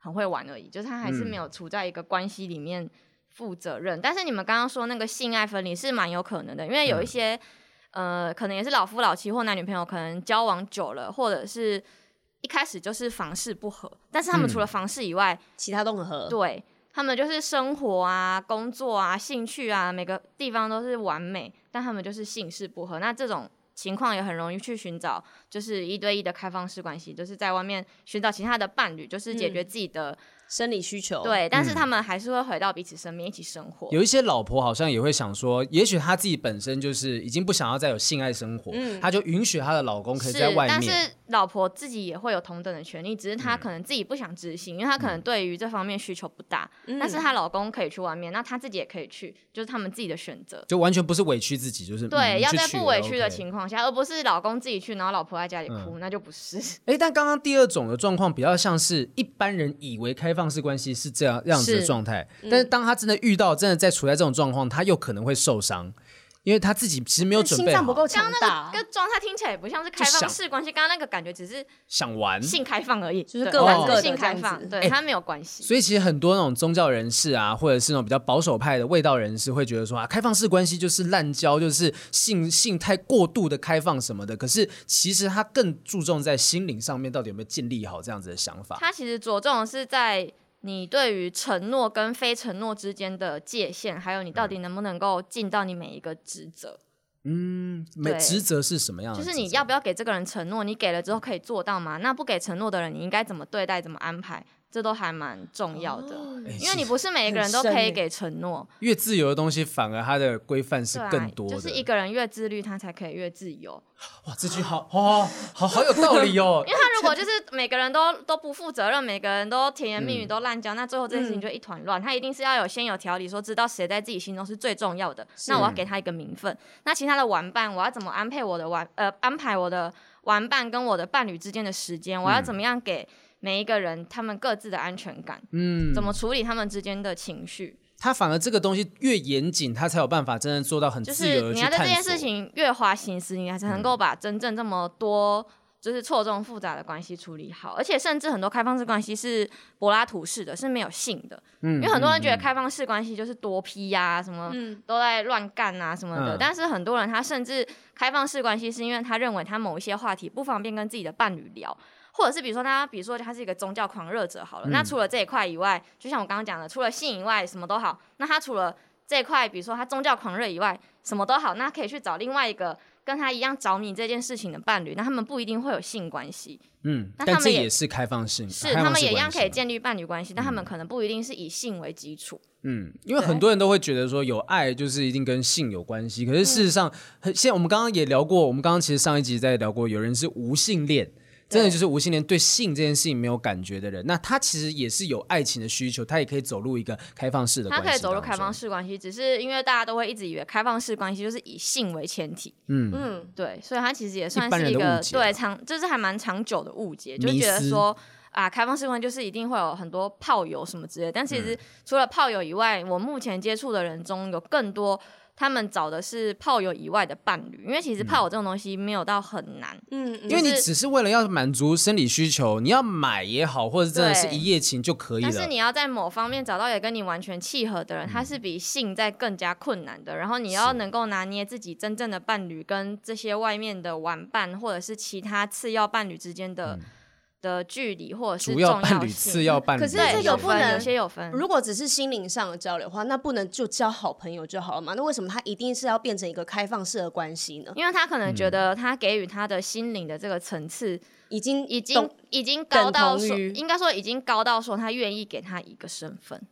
很会玩而已，就是他还是没
嗯
有处在一个关系里面负责任。但是你们刚刚说那个性爱分离是蛮有可能的，因为有一些、
嗯
呃，可能也是老夫老妻或男女朋友，可能交往久了，或者是一开始就是房事不合，但是他们除了
嗯
房事以外，
其他都很合。
对他们就是生活啊、工作啊、兴趣啊，每个地方都是完美，但他们就是性事不合。那这种情况也很容易去寻找，就是一对一的开放式关系，就是在外面寻找其他的伴侣，就是解
嗯
决自己的、
生理需求，，
对。但是他们还是会回到彼此身边一起生活。
哦有一些老婆好像也会想说，也许她自己本身就是已经不想要再有性爱生活，她就允许她的老公可以在
嗯是，
外
但
面。嗯
是老婆自己也会有同等的权利，只是她可能自己不想执行，因为她可能对于这方面需求不大。但
嗯
是她老公可以去外面，那她自己也可以去，就是他们自己的选择。
就完全不是委屈自己，就是嗯
对，
你
要
去
在
娶
不委
了
屈的
OK 嗯
情况下，而不是老公自己去，然后老婆在家里哭，那就不 是。
哎，但刚刚第二种的状况比较像是一般人以为开放式关系是这样这样子的
是
状态，但是
嗯
当他真的遇到，真的在处在这种状况，他又可能会受伤，因为他自己其实没有准
心
备
脏不
好，
够强大，
个状态听起来也不像是开
就想
放式关系，刚刚那个感觉只是
想玩。
性开放而已，
就是
对
各
玩
它只
各
是
的
性
这样
开放，
子
对
哎
它没有关系。
所以其实很多那种宗教人士啊，或者是那种比较保守派的味道人士，会觉得说啊，开放式关系就是滥交，就是性性太过度的开放什么的。可是其实他更注重在心灵上面到底有没有建立好这样子的想法。
它其实着重的是在你对于承诺跟非承诺之间的界限，还有你到底能不能够尽到你每一个职责，
嗯，没
对
职责是什么样的
就
嗯职责？
是你要不要给这个人承诺，你给了之后可以做到吗？那不给承诺的人，你应该怎么对待，怎么安排，这都还蛮重要的。
哎
因为
是
你不是每一个
很
人都
深
可以
欸
给承诺，
越自由的东西，反而它的规范是
对啊，
更多的。
就是一个人越自律，他才可以越自由。
哇，这句好哦，好好有道理 哦
因。为他如果就是每个人都都不负责任，每个人都甜言蜜语
嗯
都滥交，那最后这件事情就一团乱。他一定是要有先有条理，说知道谁在自己心中是最重要的，那
嗯
我要给他一个名分。那其他的玩伴，我要怎么安排我的玩呃安排我的玩伴跟我的伴侣之间的时间？
嗯
我要怎么样给每一个人他们各自的安全感？嗯，怎么处理他们之间的情绪？
他反而这个东西越严谨，他才有办法真正做到很
就
自
是
由的
你
去
要
探索。嗯
对这件事情越花心思，你才能够把真正这么多就是错综复杂的关系处理好。而且甚至很多开放式关系是柏拉图式的，是没有性的，
嗯
因为很多人觉得开放式关系就是多批呀、什么都在乱干啊什么的。
嗯
但是很多人他甚至开放式关系是因为他认为他某一些话题不方便跟自己的伴侣聊。或者是比如说他，比如说他是一个宗教狂热者好了，
嗯
那除了这一块以外，就像我刚刚讲的，除了性以外什么都好，那他除了这一块，比如说他宗教狂热以外，什么都好，那可以去找另外一个跟他一样着迷这件事情的伴侣，那他们不一定会有性关系，
嗯，
那
但
他们
这
也
也是开放性，
是
开放
他们
式
也一样
关系嗯
可以
嘛
建立伴侣关系，但他们可能不一定是以性为基础。
嗯，因为
对
很多人都会觉得说有爱就是一定跟性有关系，可
嗯
是事实上，很现在我们刚刚也聊过，我们刚刚其实上一集在聊过，有人是无性恋。真的就是无性恋，对性这件事情没有感觉的人，那他其实也是有爱情的需求，他也可以走入一个开放式的关
他
系。
可以走入开放，式关系，只是因为大家都会一直以为开放式关系就是以性为前提，
嗯，
嗯，
对，所以他其实也算
般
是
人
一
的
个
误解啊
对长，就是还蛮长久的误解，就
迷
觉得
思
说啊，开放式关系就是一定会有很多炮友什么之类，但其
嗯
实除了炮友以外，我目前接触的人中有更多。他们找的是炮友以外的伴侣，因为
嗯
其实炮友这种东西没有到很难，
嗯嗯，
因为你
就是
只是为了要满足生理需求，你要买也好，或者真的是
对
一夜情就可以
但是
了。
你要在某方面找到也跟你完全契合的人，他是
嗯
比性在更加困难的。然后你要能够拿捏自己真正的伴侣跟这些外面的玩伴或者是其他次要伴侣之间的的距离或者是
嗯主
重要
伴侣、
性
次要伴侣，
可是
对
这个
有
不
分
能
有些有分，
如果只是心灵上的交流的话，那不能就交好朋友就好了嘛？那为什么他一定是要变成一个开放式的关系呢？
因为他可能
嗯
觉得他给予他的心灵的这个层次
已经
已经
懂
已经高到
等
说，
同于
应该说已经高到说他愿意给他一个身份，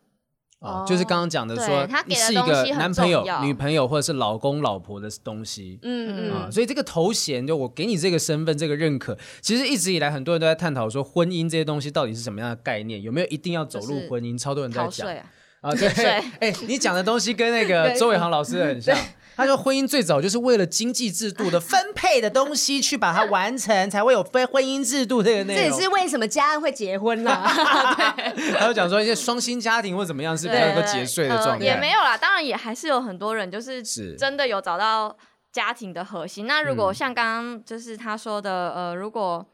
哦，就是刚刚讲的说，
对他给的
是一
东
个
西很
男朋友
重、要
女朋友或者是老公、老婆的东西。
嗯
啊、
嗯
所以这个头衔，就我给你这个身份、这个认可，其实一直以来很多人都在探讨说，婚姻这些东西到底是什么样的概念，有没有一定要走入
就是
婚姻？超多人在
逃
讲
税啊，
啊，对，
税
哎、你讲的东西跟那个周伟航老师很像。他说，婚姻最早就是为了经济制度的分配的东西去把它完成，才会有分婚姻制度这个
这
内
也
容
是。为什么家安会结婚啦。
还有讲说一些双薪家庭或怎么样是比较能够节税的状态，
呃也没有啦，当然也还是有很多人就是
是
真的有找到家庭的核心。那如果像刚刚就是他说的，呃，如果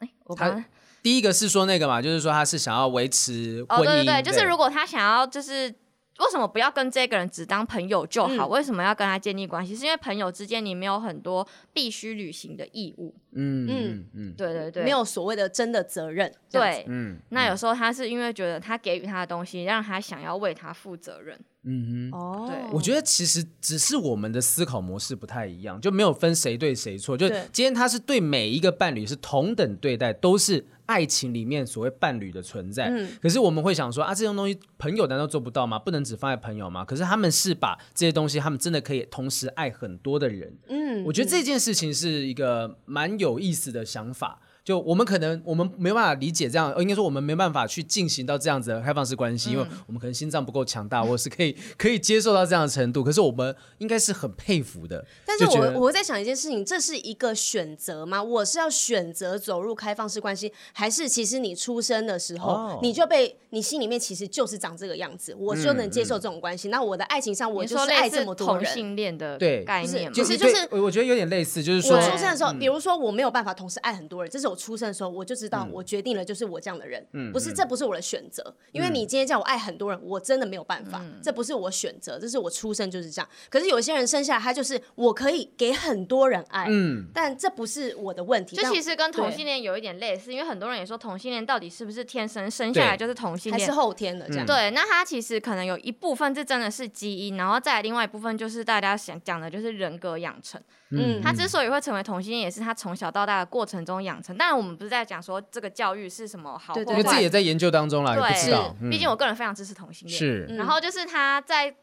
哎、我
他
刚刚
第一个是说那个嘛，就是说他是想要维持婚
哦，
姻，
对对对，就是如果他想要就是。为什么不要跟这个人只当朋友就好？
嗯
为什么要跟他建立关系？是因为朋友之间你没有很多必须履行的义务。
嗯嗯嗯
对对对，
没有所谓的真的责任，这样子，
对。
嗯
那有时候他是因为觉得他给予他的东西，让他想要为他负责任。
嗯哼。
哦，
对
我觉得其实只是我们的思考模式不太一样，就没有分谁对谁错。就
对
今天他是对每一个伴侣是同等对待，都是爱情里面所谓伴侣的存在。
嗯
可是我们会想说啊，这种东西朋友难道做不到吗？不能只放在朋友吗？可是他们是把这些东西，他们真的可以同时爱很多的人。
嗯
我觉得这件事情是一个蛮有意思的想法。就我们可能我们没办法理解这样，呃应该说我们没办法去进行到这样子的开放式关
嗯
系，因为我们可能心脏不够强大，或是可以可以接受到这样的程度。可是我们应该是很佩服的，
但是
就觉
我
得
我在想一件事情，这是一个选择吗？我是要选择走入开放式关系，还是其实你出生的时候、
哦嗯
你就被你心里面其实就是长这个样子，我就能接受这种关系？那我的爱情上我
你
就
说
是
类
爱这
似
么多
同
人。
性恋的
对
概
不是
念嘛？
其实
一
就
对
是
我我觉得有点类似，就是说
我
嗯
出生的时候，比如说我没有办法同时爱很多人，这是我出生的时候我就知
嗯
道，我决定了就是我这样的人，不是这不是我的选择，因为你
嗯
今天叫我爱很多人，我真的没有办法，
嗯
这不是我选择，这是我出生就是这样。可是有些人生下来他就是我可以给很多人爱，
嗯，
但这不是我的问题。
就
但
其实跟同
对
性恋有一点类似，因为很多人也说同性恋到底是不是天生生下来
对嗯
就是同性
还
恋
是？后天的这样。
对，那它其实可能有一部分这真的是基因，然后再来另外一部分就是大家想讲的就是人格养成。
嗯
他之所以会成为同性恋，也是他从小到大的过程中养成。当然，我们不是在讲说这个教育是什么好或
对
因为
对
自己
坏，
也在研究当中啦，也不知
对
道，，嗯
毕竟我个人非常支持同性恋。
是
嗯
然后就是他在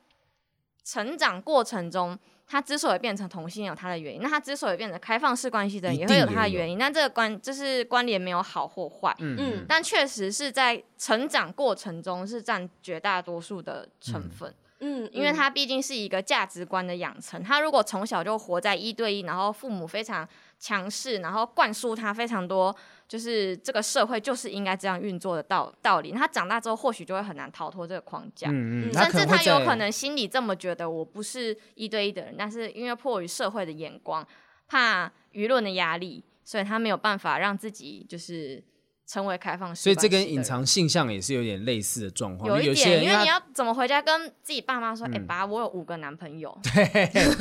成长过程中，他之所以变成同性恋有他的原因，那他之所以变成开放式关系的人
一
也会有
定
他的
也有
原因。那这个关就是关联没有好或坏，
嗯，
但确实是在成长过程中是占绝大多数的成分，
嗯，
因为
嗯
他毕竟是一个价值观的养成。他如果从小就活在一对一，然后父母非常强势，然后灌输他非常多，就是这个社会就是应该这样运作的道道理，那他长大之后或许就会很难逃脱这个框架。
嗯嗯，
甚至
能
他
会
有
在
可能心里这么觉得，我不是一对一的人，但是因为迫于社会的眼光，怕舆论的压力，所以他没有办法让自己就是成为开放式
所以
关
这
系的人。
跟隐藏性向也是有点类似的状况，
有一
些
点，
人
因
他嗯
为你要怎么回家跟自己爸妈说？哎、爸，我有五个男朋 友。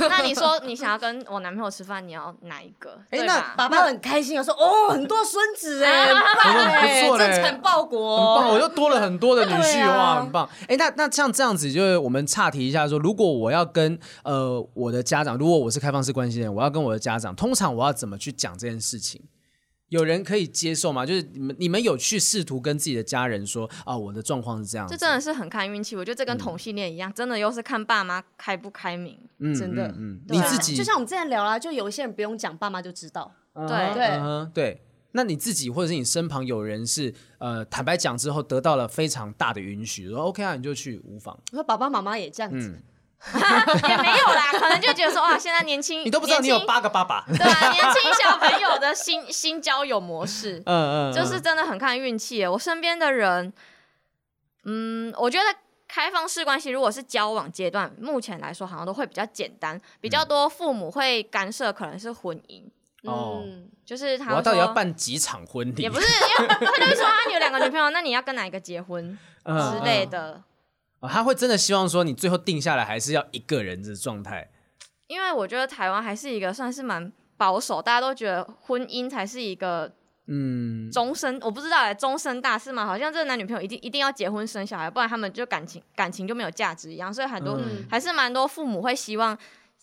那你说你想要跟我男朋友吃饭，你要哪一个？
哎
对
那
吧
嗯爸爸很开心，他说：“哦，很多孙 子哎，
啊
很棒哎，
不错嘞
正产报国
很棒，
哦。
我就多了很多的女
对
婿，
啊
哇，很棒。哎，那那像这样子，就是我们岔题一下说，如果我要跟呃我的家长，如果我是开放式关系的人，我要跟我的家长，通常我要怎么去讲这件事情？有人可以接受吗？就是你们你们有去试图跟自己的家人说啊，我的状况是这样子，
这真的是很看运气。我觉得这跟同性恋一样，真的又是看爸妈开不开 明。
嗯
真的
嗯，嗯
对
你
啊”
自己
就像我们之前聊啦，啊就有一些人不用讲，爸妈就知道。
嗯
对
哼
对
嗯哼对。那你自己或者是你身旁有人是呃坦白讲之后得到了非常大的允许，说 OK 啊你就去无妨，
我说爸爸妈妈也这样
嗯
子，
也没有啦，可能就觉得说哇，现在年轻，
你都不知道你有
年轻
八个爸爸，嗯
对啊，年轻小朋友的新新交友模式，
嗯，嗯
就是真的很看运气耶。我身边的人，嗯，我觉得开放式关系如果是交往阶段，目前来说好像都会比较简单，比较多父母会干涉，可能是婚姻，
哦
嗯，
就是他
我
会
到底要
说
办几场婚礼？
也不是， 因为他就会说啊，你有两个女朋友，那你要跟哪一个结婚
嗯
之类、的。
嗯他会真的希望说你最后定下来还是要一个人的状态。
因为我觉得台湾还是一个算是蛮保守，大家都觉得婚姻才是一个
嗯，
终身我不知道哎、终身大事嘛，好像这个男女朋友一定一定要结婚生小孩，不然他们就感情感情就没有价值一样，所以很多、
嗯
还是蛮多父母会希望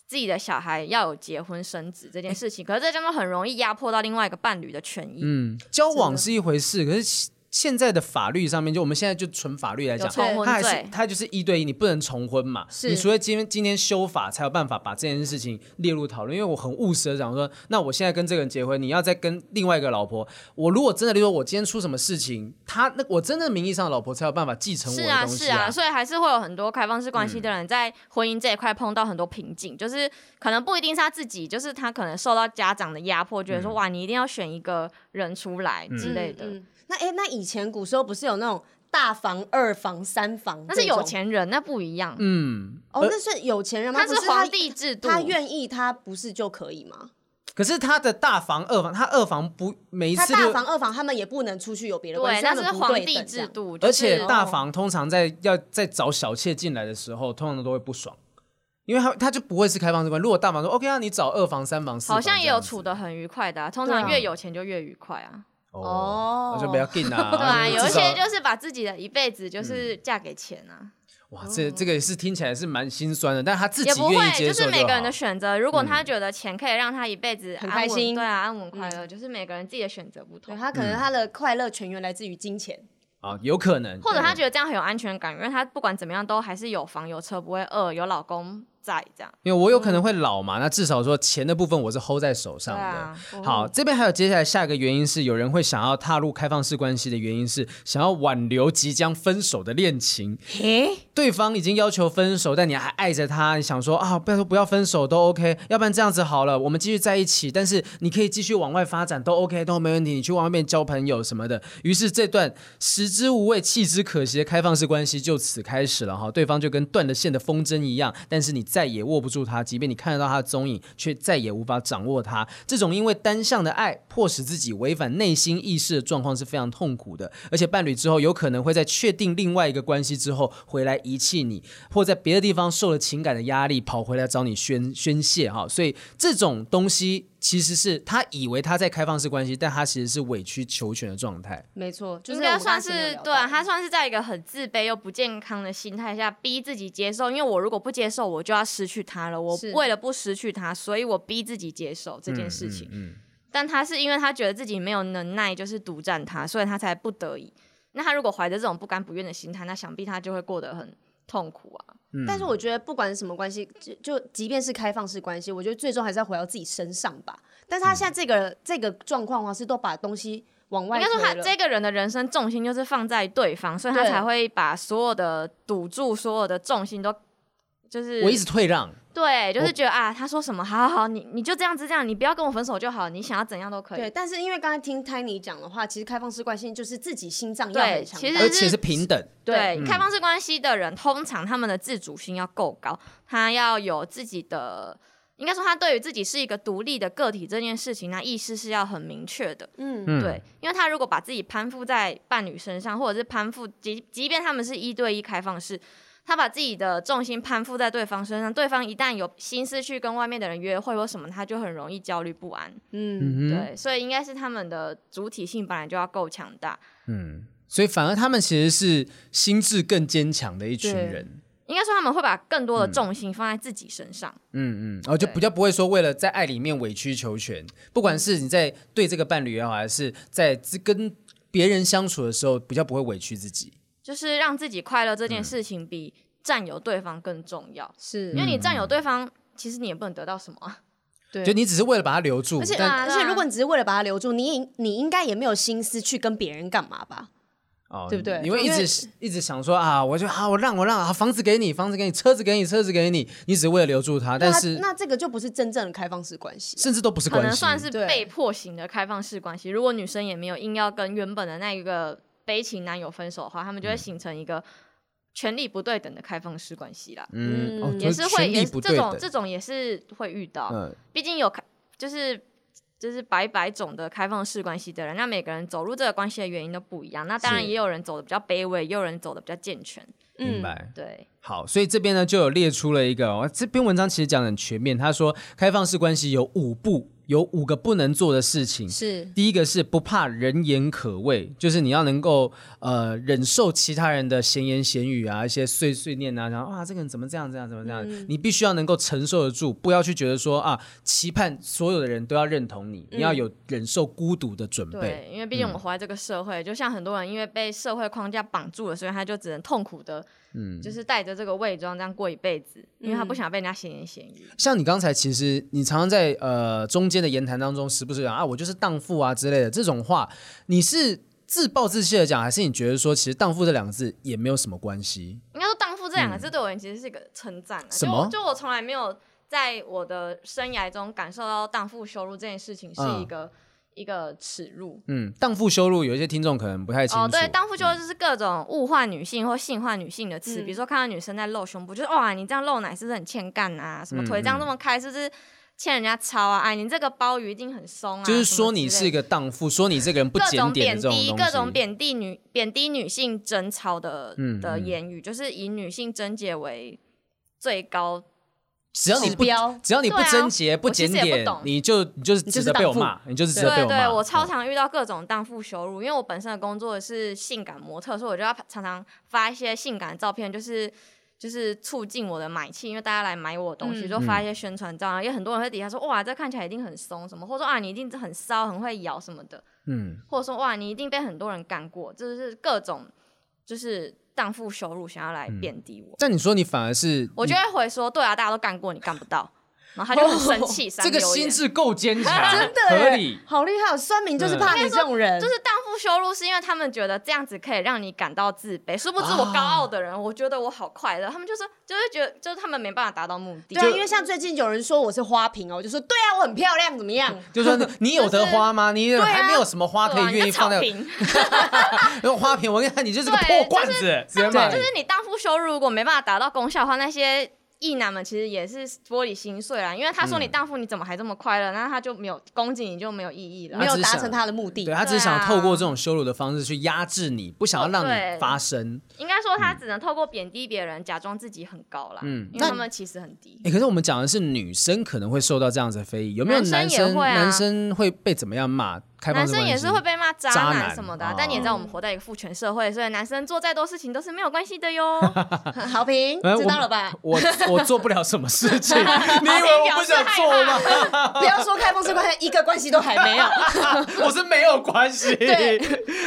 自己的小孩要有结婚生子这件事情，可是这叫做很容易压迫到另外一个伴侣的权益。
哎嗯，交往是一回事，可是现现在的法律上面，就我们现在就纯法律来
有
讲，
重
他
婚
还是
罪，
他就是一对一，你不能重婚嘛？
是
你除非今天今天修法才有办法把这件事情列入讨论。因为我很务实的讲说，那我现在跟这个人结婚，你要再跟另外一个老婆，我如果真的，例如说我今天出什么事情，他那我真的名义上的老婆才有办法继承我
是
的
啊，
东
是
西嗯
啊，所以还是会有很多开放式关系的人在婚姻这一块碰到很多瓶颈，就是可能不一定是他自己，就是他可能受到家长的压迫，觉
嗯
得说、哇，你一定要选一个人出来之类的。
嗯嗯那哎、那以前古时候不是有那种大房、二房、三房？
那是有钱人，那不一样，
嗯，
哦，那是有钱人吗？
那
不
是
他
皇帝制度。
他愿意，他不是就可以吗？
可是他的大房、二房，他二房不每一
他
次都
大房、二房他们也不能出去有别的关
对，
系，
那
他们
是
不
皇
对
帝
等这
制
样。
度，
而
就是哦
且大房通常在要在找小妾进来的时候，通常都会不爽，因为他他就不会是开放式关系。如果大房说 OK 啊，你找二房、三房、四房，
好像也有处
的
得很愉快的、啊，通
对
常
啊
越有钱就越愉快啊。
哦，那就不要进啊。
对啊，
至
有
少嗯
一些就是把自己的一辈子就是嫁给钱啊，
哇，这这个也是听起来是蛮心酸的，但他自己
也不
愿意
会，
接受
是
好嗯
每个人的选择。如果他觉得钱可以让他一辈子
很
安稳
开心嗯
对啊，安稳快乐，就是每个人自己的选择不
对
同。
他可能他的快乐全源来自于金钱，
啊，有可能，
或者他觉得这样很有安全感，因为他不管怎么样都还是有房有车，不会饿，有老公在这样。
因为我有可能会老嘛，那至少说钱的部分我是 hold 在手上的。
对啊
好，这边还有接下来下一个原因是，有人会想要踏入开放式关系的原因是，想要挽留即将分手的恋情。对方已经要求分手，但你还爱着他，你想说啊，不要说不要分手都 OK，要不然这样子好了，我们继续在一起，但是你可以继续往外发展都 OK，都没问题，你去外面交朋友什么的。于是这段食之无味，弃之可惜的开放式关系就此开始了哈。对方就跟断了线的风筝一样，但是你再也握不住他，即便你看得到他的踪影，却再也无法掌握他。这种因为单向的爱迫使自己违反内心意识的状况是非常痛苦的，而且伴侣之后有可能会在确定另外一个关系之后回来遗弃你，或在别的地方受了情感的压力跑回来找你宣宣泄哈。所以这种东西其实是他以为他在开放式关系，但他其实是委曲求全的状态。
没错，就
应
是
该
我们
算
刚才前面有
是
聊
对啊，
到
他算是在一个很自卑又不健康的心态下逼自己接受，因为我如果不接受，我就要失去他了。我
是
为了不失去他，所以我逼自己接受这件事情。
嗯，
但他是因为他觉得自己没有能耐，就是独占他，所以他才不得已。那他如果怀着这种不甘不愿的心态，那想必他就会过得很痛苦啊。
但是我觉得不管是什么关系，就就即便是开放式关系，我觉得最终还是要回到自己身上吧。但是他现在这个、这个状况的啊话，是都把东西往外
应该说他
推了
这个人的人生重心就是放在对方，所以他
对
才会把所有的赌注、所有的重心都就是
嗯我一直退让，
对，就
我
是觉得啊，他说什么，好好好，你你就这样子这样，你不要跟我分手就好，你想要怎样都可
对，
以。
但是因为刚才听 Tiny 讲的话，其实开放式关系就是自己心脏要
对
很强
其实
大
而且是平等。
对，开放式关系的人，通常他们的自主性要够高，他要有自己的，应该说他对于自己是一个独立的个体这件事情，那意识是要很明确的。
嗯，
嗯，
对，因为他如果把自己攀附在伴侣身上，或者是攀附，即即便他们是一对一开放式，他把自己的重心攀附在对方身上，对方一旦有心思去跟外面的人约会或什么，他就很容易焦虑不安。
嗯
嗯，
对，所以应该是他们的主体性本来就要够强大，
嗯，所以反而他们其实是心智更坚强的一群人。
应该说他们会把更多的重心放在自己身上。
嗯嗯，然后就比较不会说为了在爱里面委曲求全，不管是你在对这个伴侣也好，还是在自跟别人相处的时候，比较不会委屈自己。
就是让自己快乐这件事情比占有对方更重要，
是
因为你占有对方，其实你也不能得到什么啊。
对
就你只是为了把他留住
而且，
但
啊
而且，如果你只是为了把他留住，你你应该也没有心思去跟别人干嘛吧？
哦
对不对
你会一直一直想说啊，我就啊，我让我让啊，房子给你，房子给你，车子给你，车子给你，你只是为了留住他，但
那
是
那这个就不是真正的开放式关系。
甚至都不是
啊可
关
能
系，
算是
对
被迫型的开放式关系。如果女生也没有硬要跟原本的那一个悲情男友分手的话，他们就
嗯
会形成一个权力不对等的开放式关系啦。
嗯，哦
也是会，
权
也
力
是
不
这
对
种
等，
这种也是会遇到。
嗯，
毕竟有开，就是就是百百种的开放式关系的人，那每个人走入这个关系的原因都不一样。那当然
是
也有人走的比较卑微，也有人走的比较健全。
明白。
对，
好，所以这边呢就有列出了一个、哦，这篇文章其实讲得很全面。他说，开放式关系有五步有五个不能做的事
嗯
情。
是
第一个是不怕人言可畏，就是你要能够呃忍受其他人的闲言闲语啊，一些碎碎念啊，然后啊这个人怎么这样这样怎么这样，
嗯
你必须要能够承受得住，不要去觉得说啊期盼所有的人都要认同你，你要有忍受孤独的准备。
嗯对，因为毕竟
嗯
我们活在这个社会，就像很多人因为被社会框架绑住了，所以他就只能痛苦的，
嗯
就是带着这个伪装这样过一辈子，因为他不想被人家闲言闲语。
像你刚才，其实你常常在呃中间的言谈当中，时不时讲啊，我就是荡妇啊之类的这种话，你是自暴自弃的讲，还是你觉得说其实荡妇这两个字也没有什么关系？
应该说“荡妇”这两个字对我而言其实是一个称赞、啊
嗯什
就
么
我就我从来没有在我的生涯中感受到荡妇羞辱这件事情是一个、一个耻辱。
嗯，荡妇羞辱，有一些听众可能不太清楚。嗯
哦，对，荡妇羞辱就是各种物化女性或性化女性的词，
嗯
比如说看到女生在露胸部，就是哇，你这样露奶是不是很欠干啊？
嗯
什么腿这样这么开，是不是欠人家操啊？哎，你这个鲍鱼一定很松啊？
就是
什么
说你
之
是
类
一个荡妇，说你这个人不
各
检
种
点
贬
的这种
低、
东西，
各种贬低女、贬低女性争吵的、
嗯
的
嗯
言语，就是以女性贞洁为最高。
只要你
指
不
标
只要你不
对啊
贞洁、
我其
检
实也
点
不懂，
你就你就是值得被我骂，你就是值得被
对
骂。哦嗯
对，我超常遇到各种荡妇羞辱，因为我本身的工作是性感模特，所以我就要常常发一些性感的照片，就是。就是促进我的买气，因为大家来买我的东西，
嗯
就发一些宣传照，然后也很多人会底下说哇，这看起来一定很松什么，或者说啊，你一定很骚，很会咬什么的。
嗯，
或者说哇，你一定被很多人干过，这就是各种就是荡妇羞辱，想要来贬低我，
但你说你反而是
我就会回说对啊，大家都干过，你干不到，然后他就很生 气，
这个心
智
智够坚强，
真的
合
耶
理。
好厉害哦！酸
嗯
民就是怕你这种人，
就是荡妇羞辱，是因为他们觉得这样子可以让你感到自卑，殊不知我高傲的
啊
人，我觉得我好快乐，他们就是就是觉得就是他们没办法达到目的，
对啊，因为像最近有人说我是花瓶哦，我就说对啊，我很漂亮，怎么样？
就说你你 有得花吗？你
啊
还没有什么花可
对啊
以
你
愿
就
意放
草
在
坪。
那种花瓶。我跟你讲，你就是个
对
破罐子，直接骂
对，
你
就是你荡妇羞辱，如果没办法达到功效的话，那些异男们其实也是玻璃心碎啦。因为他说你
嗯
荡妇，你怎么还这么快乐？那他就没有攻击你就没有意义了
没。有
只是
达
想
成他的目的
对。他只是
对啊
想透过这种羞辱的方式去压制你，不想要让你
对
发声。
应该说他只能透过贬低别人，假装自己很高啦。
嗯
因
那
为他们其实很低。
哎、可是我们讲的是女生可能会受到这样子的非议，有没有男
男生也
生
会啊
男生会被怎么样骂？开放
男
式
生也
关系
是会被骂渣
渣男
男什么的啊、
哦
但你也知道我们活在一个父权社会，所以男生做再多事情都是没有关系的哟。
好评，
哎
知道了吧？
我我我做不了什 么事情，你以为我不想做吗？
不要说开放式关系，一个关系都还没有。
我是没有 关系
对。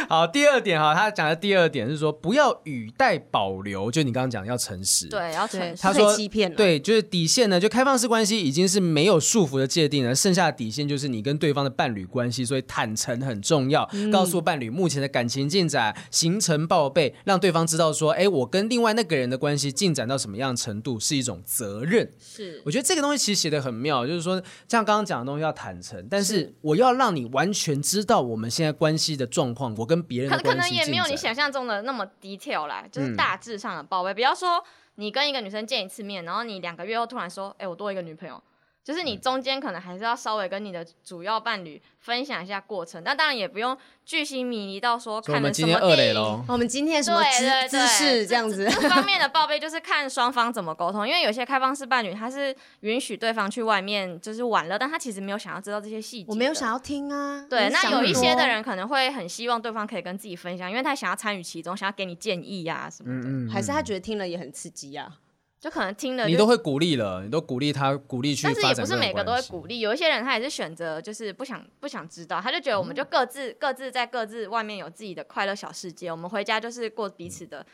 好，第二点哈，他讲的第二点是说，不要语带保留，就你刚刚讲要诚实。。
对，然后
对
诚实
他
不可以
说
欺骗了
对，就是底线呢，就开放式关系已经是没有束缚的界定了，剩下的底线就是你跟对方的伴侣关系，所以坦诚很重要，告诉伴侣目前的感情进展，行程报备，让对方知道说，哎，我跟另外那个人的关系进展到什么样程度，是一种责任。
是
我觉得这个东西其实写的很妙，就是说像刚刚讲的东西要坦诚，但是我要让你完全知道我们现在关系的状况，我跟别人
可
的
可
关
能
系
也
进
没有你
展。
想象中的那么 detail
嗯
啦，就是大致上的报备。不要说你跟一个女生见一次面，然后你两个月后突然说，哎、我多一个女朋友，就是你中间可能还是要稍微跟你的主要伴侣分享一下过程。那当然也不用巨星迷离到说
所以我
看
们
了
今
什
天
么
二
电
垒
影。
喽，
我们今天什么姿
对对
姿
对，
势这样子
这，这方面的报备就是看双方怎么沟通，因为有些开放式伴侣他是允许对方去外面就是玩乐，但他其实没有想要知道这些细节的。
我没有想要听啊。
对，那
想
有一
多
些的人可能会很希望对方可以跟自己分享，因为他想要参与其中，想要给你建议呀、哎什么的，
嗯
还是哎他觉得听了也很刺激啊。
就可能听了
你
呃就
都会鼓励了，你都鼓励他，鼓励去
但是也
发展
不
这
是
种关系。
每个都会鼓励，有一些人他也是选择就是不想不想知道，他就觉得我们就各自、各自在各自外面有自己的快乐小世界，我们回家就是过彼此的，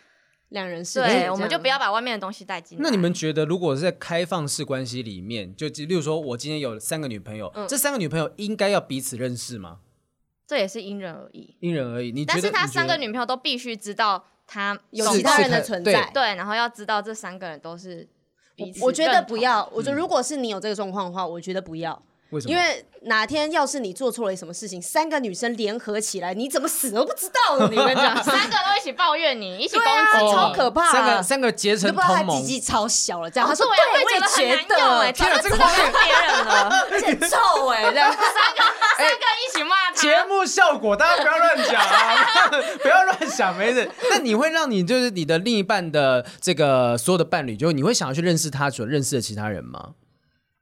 两人世界这
对，
样
我们就不要把外面的东西带进来。
嗯那你们觉得，如果是在开放式关系里面，就例如说，我今天有三个女朋友，
嗯
这三个女朋友应该要彼此认识吗？
这也是因人而异，
因人而异。你觉
但
得？
是他
你觉得
三个女朋友都必须知道他
有
送
其他
过
人的
是
存
对
在。
对，然后要知道这三个人都是彼此
我觉得
认
不
同
要，我觉得如果是你有这个状况的话，我觉得不要。
为什么？
因嗯为哪天要是你做错了什么事情，三个女生联合起来，你怎么死都不知道呢？你们讲，
三个都一起抱怨你，一起
对
攻击
啊，
你，
超可怕、啊。
三个三个结
你
成
都不知道他
同
鸡
盟，
鸡超小了，这样。他说
哦对，
对，
我也
也
觉
觉
得很难用
得
哎，，天
啊
知道是别人了，
而且很臭哎，这样。
三个一起骂
节
他。
目效果大家不要乱讲啊， 不要乱想，没事。那你会让你就是你的另一半的这个所有的伴侣，就你会想要去认识他所认识的其他人吗？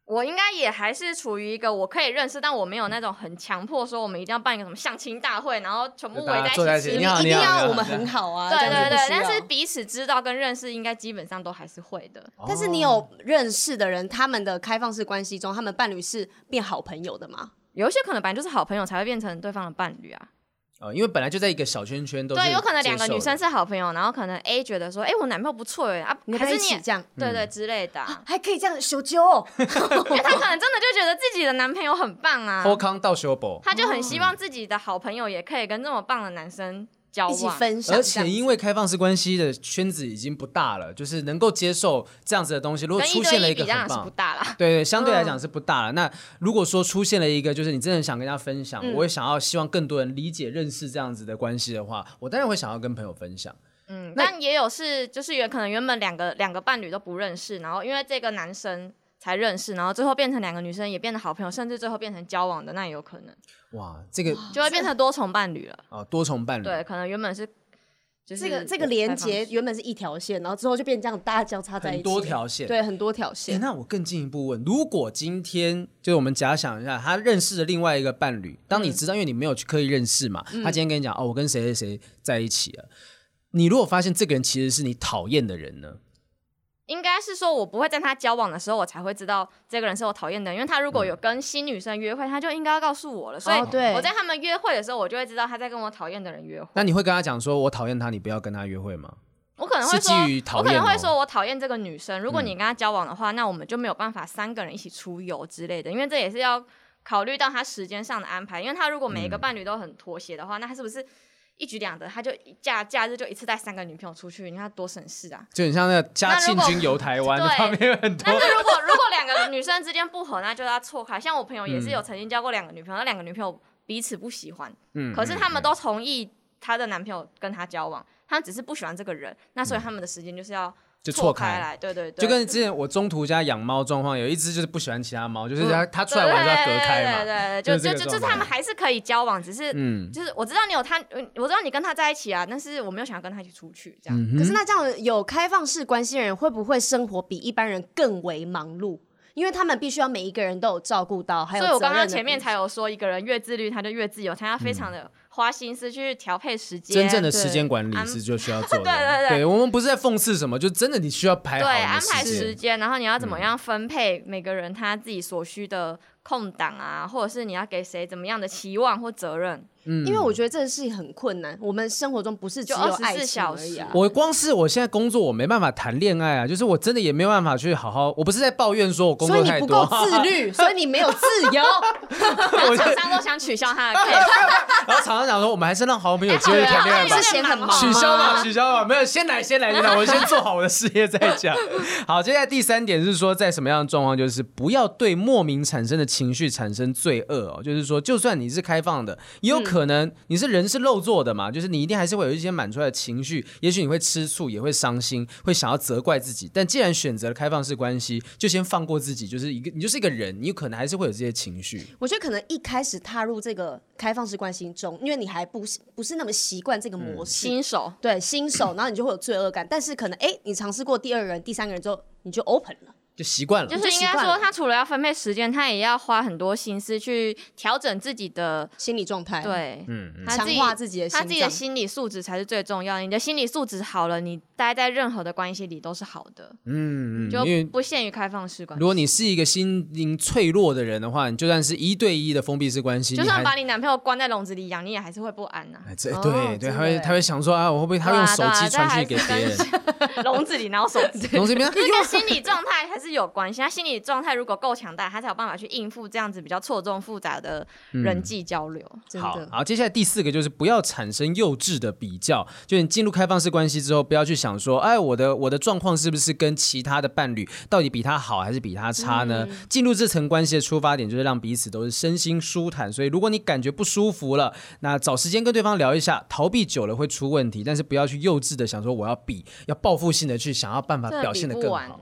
我应该也还是处于一个我可以认识，但我没有那种很强迫说我们一定要办一个什么相亲大会，然后全部
就
围
大家
在
坐在一
一
起
起
你
吃
你
饭
好你好你好
们一定要我们很好啊，
对
这
对
样子不
对，
需
但是
要
彼此知道跟认识应该基本上都还是会的。
但是你有认识的人，他们的开放式关系中，他们伴侣是变好朋友的吗？
有一些可能本来就是好朋友才会变成对方的伴侣啊。
呃，因为本来就在一个小圈圈，都是
对，有可能
接
两个
受
女
的
生是好朋友，然后可能 A 觉得说，哎、我男朋友不错哎、啊，
你
还
们
是
一
你
起
也
嗯
这样，
对对之类的、 啊，
还可以这样哦修纠，
因为她可能真的就觉得自己的男朋友很棒啊，
后康到修博，
她就很希
哦
望自己的好朋友也可以跟这么棒的男生交
一起
往。
分享。
而且因为开放式关系的圈子已经不大了，就是能够接受这样子的东西。如果
跟一
出现了
对
一
一比
个
当然
很
是不
棒，
大嗯啦，
对对，相对来讲是不大了。那如果说出现了一个，就是你真的想跟大家分享，
嗯
我也想要希望更多人理解、认识这样子的关系的话，我当然会想要跟朋友分享。
嗯，但也有是就是原可能原本两个两个伴侣都不认识，然后因为这个男生才认识，然后最后变成两个女生也变得好朋友，甚至最后变成交往的，那也有可能
哇，这个
就会变成多重伴侣了。
啊、多重伴侣，
哦对，可能原本是就是
这个这个连接原本是一条线，然后之后就变这样大家交叉在一
很
起，
多条线。
对，很多条
诶
线。
那我更进一步问，如果今天就是我们假想一下，他认识了另外一个伴侣，当
嗯
你知道，因为你没有去刻意认识嘛，他今天跟你讲哦，我跟谁谁谁在一起了，你如果发现这个人其实是你讨厌的人呢？
应该是说，我不会在他交往的时候，我才会知道这个人是我讨厌的人，因为他
嗯
如果有跟新女生约会，他就应该要告诉我了。所以
哦对
我在他们约会的时候，我就会知道他在跟我讨厌的人约会。
那你会跟他讲说，我讨厌他，你不要跟他约会吗？
我可能会
是基
说
于，讨
我可
厌
能会
哦嗯
说我讨厌这个女生。如果你跟她交往的话，那我们就没有办法三个人一起出游之类的，因为这也是要考虑到她时间上的安排。因为她如果每
嗯
一个伴侣都很妥协的话，那她是不是一举两得？她就一假假日就一次带三个女朋友出去，你看她多省事啊！
就很像那个嘉
那如
庆
果
君游台湾，
对
旁边有很多
但是如果如果两个女生之间不合，那就要错开。像我朋友也是有曾经交过两个女朋友，那两个女朋友彼此不喜欢，
嗯
可是他们都同意她的男朋友跟她交往，他们只是不喜欢这个人，那所以他们的时间就是要
就错
错
开。
来，对对对，
就跟之前我中途家养猫状况，有一只就是不喜欢其他猫，就是它它出来玩就要隔开嘛。
嗯对对对对就
就
是
这
就
个
就就是
状态
他们还是可以交往，只是。
嗯，
就是我知道你有他，嗯我知道你跟他在一起啊，但是我没有想要跟他一起出去，这样、
可是那这样有开放式关系的人，会不会生活比一般人更为忙碌？因为他们必须要每一个人都有照顾到，还有
所以我
责任
刚刚
的
前面
部
才有说，一个人越自律，他就越自由，他要非常的花心思去调配时间，
真正的
对
时间管理
安
是就需要做的。
对对对
我们不是在讽刺什么，就真的你需要排
对
好你的
安排
间嗯
时间，然后你要怎么样分配每个人他自己所需的空档啊，或者是你要给谁怎么样的期望或责 任，
嗯
分因为我觉得这个事情很困难。我们生活中不是
就
只有
24
爱情
小
而已啊
时。
我光是我现在工作，我没办法谈恋爱啊，就是我真的也没有办法去好好。我不是在抱怨说我工
所以
作
你
太
不
多
够，自 律，所以你没有自由。
然后厂商都想取消 他的 case，
然后常常讲说我们还是让好
哎
朋友有机
啊
会谈恋爱吧
啊是。嫌很忙
取消吧，
吗？
取消吧，没有，先来，先来，先来，我先做好我的事业再讲。好，接下来第三点是说，在什么样的状况，就是不要对莫名产生的情绪产生罪恶哦。就是说，就算你是开放的，也有可能你是人是肉做的嘛，就是你一定还是会有一些满出来的情绪，也许你会吃醋，也会伤心，会想要责怪自己。但既然选择了开放式关系，就先放过自己，就是一个你就是一个人，你有可能还是会有这些情绪。
我觉得可能一开始踏入这个开放式关系中，因为你还不是不是那么习惯
嗯
这个模式，
新手
对新手，然后你就会有罪恶感。但是可能哎，诶你尝试过第二个人、第三个人之后，你就 open 了。
就习惯了，
就是应该说，他除了要分配时间，他也要花很多心思去调整自己的
心理状态，，
对，
嗯，
他自己
哎强化自己的心
他自己的
脏
心理素质才是最重要的。你的心理素质好了，你待在任何的关系里都是好的，
嗯嗯，
就
因为
不限于开放式关
如
系。
果你是一个心灵脆弱的人的话，你就算是一对一的封闭式关系，
就
你
算
还
把你男朋友关在笼子里养，你也还是会不安呐、
哎这
哦
对对，
真的
他会
耶
他会想说啊，我会不 会他用
对啊
手
对啊
机
这
传
还是
讯给别 人？
笼子里哪有手机？
同时边
就是跟心理状态还是有关系。他心理状态如果够强大，他才有办法去应付这样子比较错综复杂的
嗯
人际交流。
真
好
的，
好，接下来第四个就是不要产生幼稚的比较，就你进入开放式关系之后，不要去想说，哎，我的我的状况是不是跟其他的伴侣到底比他好还是比他差呢？
嗯
进入这层关系的出发点就是让彼此都是身心舒坦，所以如果你感觉不舒服了，那找时间跟对方聊一下，逃避久了会出问题，但是不要去幼稚的想说我要比，要报复性的去想要办法
真
表
的
现
比不
的更
完，
好。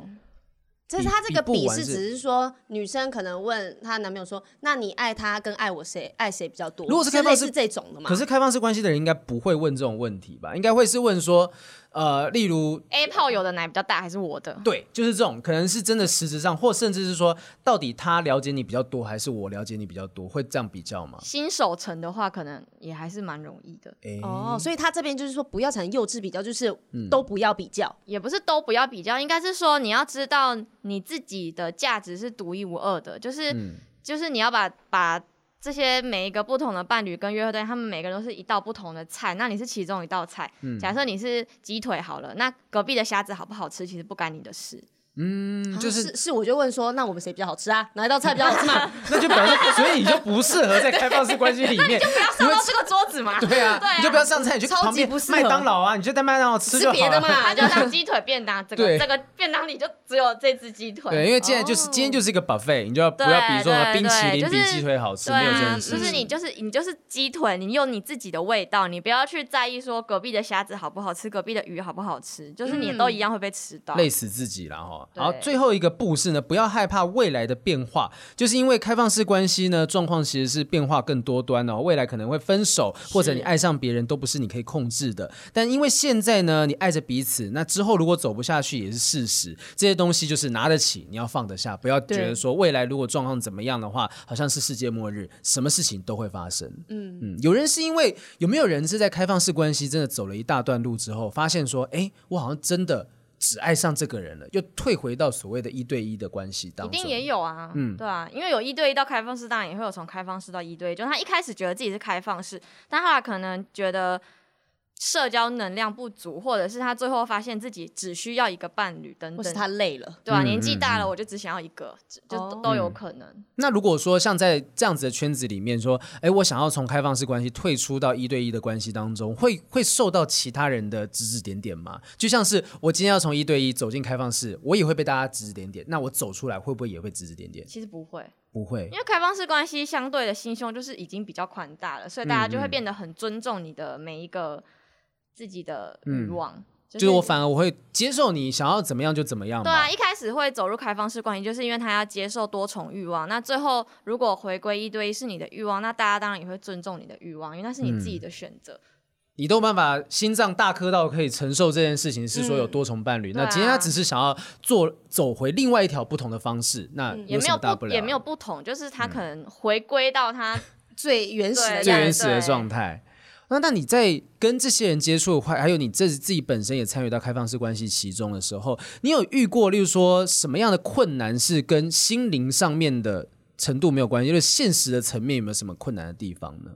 但是他这
比
个
比不
比
完
是
是
只是说，女生可能问她男朋友说：“那你爱他跟爱我谁爱谁比较多？”
如果是
是
开放
类
式
似这种的嘛
可，是开放式关系的人应该不会问这种问题吧？应该会是问说，呃，例如
A 炮友的奶比较大还是我的？
对，就是这种，可能是真的实质上，或甚至是说，到底他了解你比较多，还是我了解你比较多，会这样比较吗？
新手城的话，可能也还是蛮容易的，
哎、
哦，所以他这边就是说不要产生幼稚比较，就是
嗯
都不要比较。
也不是都不要比较，应该是说你要知道你自己的价值是独一无二的，就是、
嗯
就是你要把把这些每一个不同的伴侣跟约会对象，他们每个人都是一道不同的菜，那你是其中一道菜。
嗯
假设你是鸡腿好了，那隔壁的虾子好不好吃，其实不干你的 事。
嗯，就
啊
是
是是，我就问说，那我们谁比较好吃啊？哪一道菜比较好吃嘛？
那就表示，所以你就不适合在开放式关系里面。
不要 上到这个桌子嘛，
对啊，
对啊
你就不要上菜，你去
超级
旁边
不适合
麦当劳啊，你就在麦当劳吃就
吃
好
别的
了。
嘛
他就当鸡腿便当，这
对
个这个便当里就只有这只鸡腿。
对，因为既然就是、
哦
今天就是一个 buffet，你就要不
对
要比说什么
对
冰淇
对
淋
就
比
是
鸡腿好吃，
对
没有这
啊，
件
就
事
是
情。
你就是你就是鸡腿，你用你自己的味道，你不要去在意说隔壁的虾子好不好吃，隔壁的鱼好不好吃，就是你
嗯
都一样会被吃到。
累死自己了哈。
对
好，最后一个步是呢，不要害怕未来的变化，就是因为开放式关系呢，状况其实是变化更多端哦。未来可能会分手，或者你爱上别人都不是你可以控制的。但因为现在呢，你爱着彼此，那之后如果走不下去也是事实。这些东西就是拿得起，你要放得下，不要觉得说未来如果状况怎么样的话，好像是世界末日，什么事情都会发生。嗯，有人是因为有没有人是在开放式关系真的走了一大段路之后，发现说，哎，我好像真的只爱上这个人了，又退回到所谓的一对一的关系当
一
中。
定也有啊，
嗯
对啊，因为有一对一到开放式，当然也会有从开放式到一对一。就他一开始觉得自己是开放式，但后来可能觉得社交能量不足，或者是他最后发现自己只需要一个伴侣等
或是
等。
他哦累了？
对啊，
嗯
年纪大了我就只想要一个，就就都都有可能。
那如果说像在这样子的圈子里面说，哎，我想要从开放式关系退出到一对一的关系当中，会会受到其他人的指指点点吗？就像是我今天要从一对一走进开放式，我也会被大家指指点点，那我走出来会不会也会指指点点？
其实不会，
不会
因，为开放式关系相对的心胸就是已经比较宽大了，所以大家就会变得很尊重你的每一个自己的欲望。就
嗯就是我反而我会接受你想要怎么样就怎么样吧。
对啊，一开始会走入开放式关系，就是因为他要接受多重欲望。那最后如果回归一对一是你的欲望，那大家当然也会尊重你的欲望，因为那是你自己
嗯
的选择。
你都有办法心脏大颗到可以承受这件事情，是说有多重伴侣。那
对啊
今天他只是想要做走回另外一条不同的方式，那
嗯也没
什么
有
大
不
不了？啊
也没有不同，就是他可能回归到他
最原始的
对
最
样
原
子，
始的状态。那那你在跟这些人接触，还还有你自自己本身也参与到开放式关系其中的时候，你有遇过，例如说什么样的困难是跟心灵上面的程度没有关系，就是现实的层面有没有什么困难的地方呢？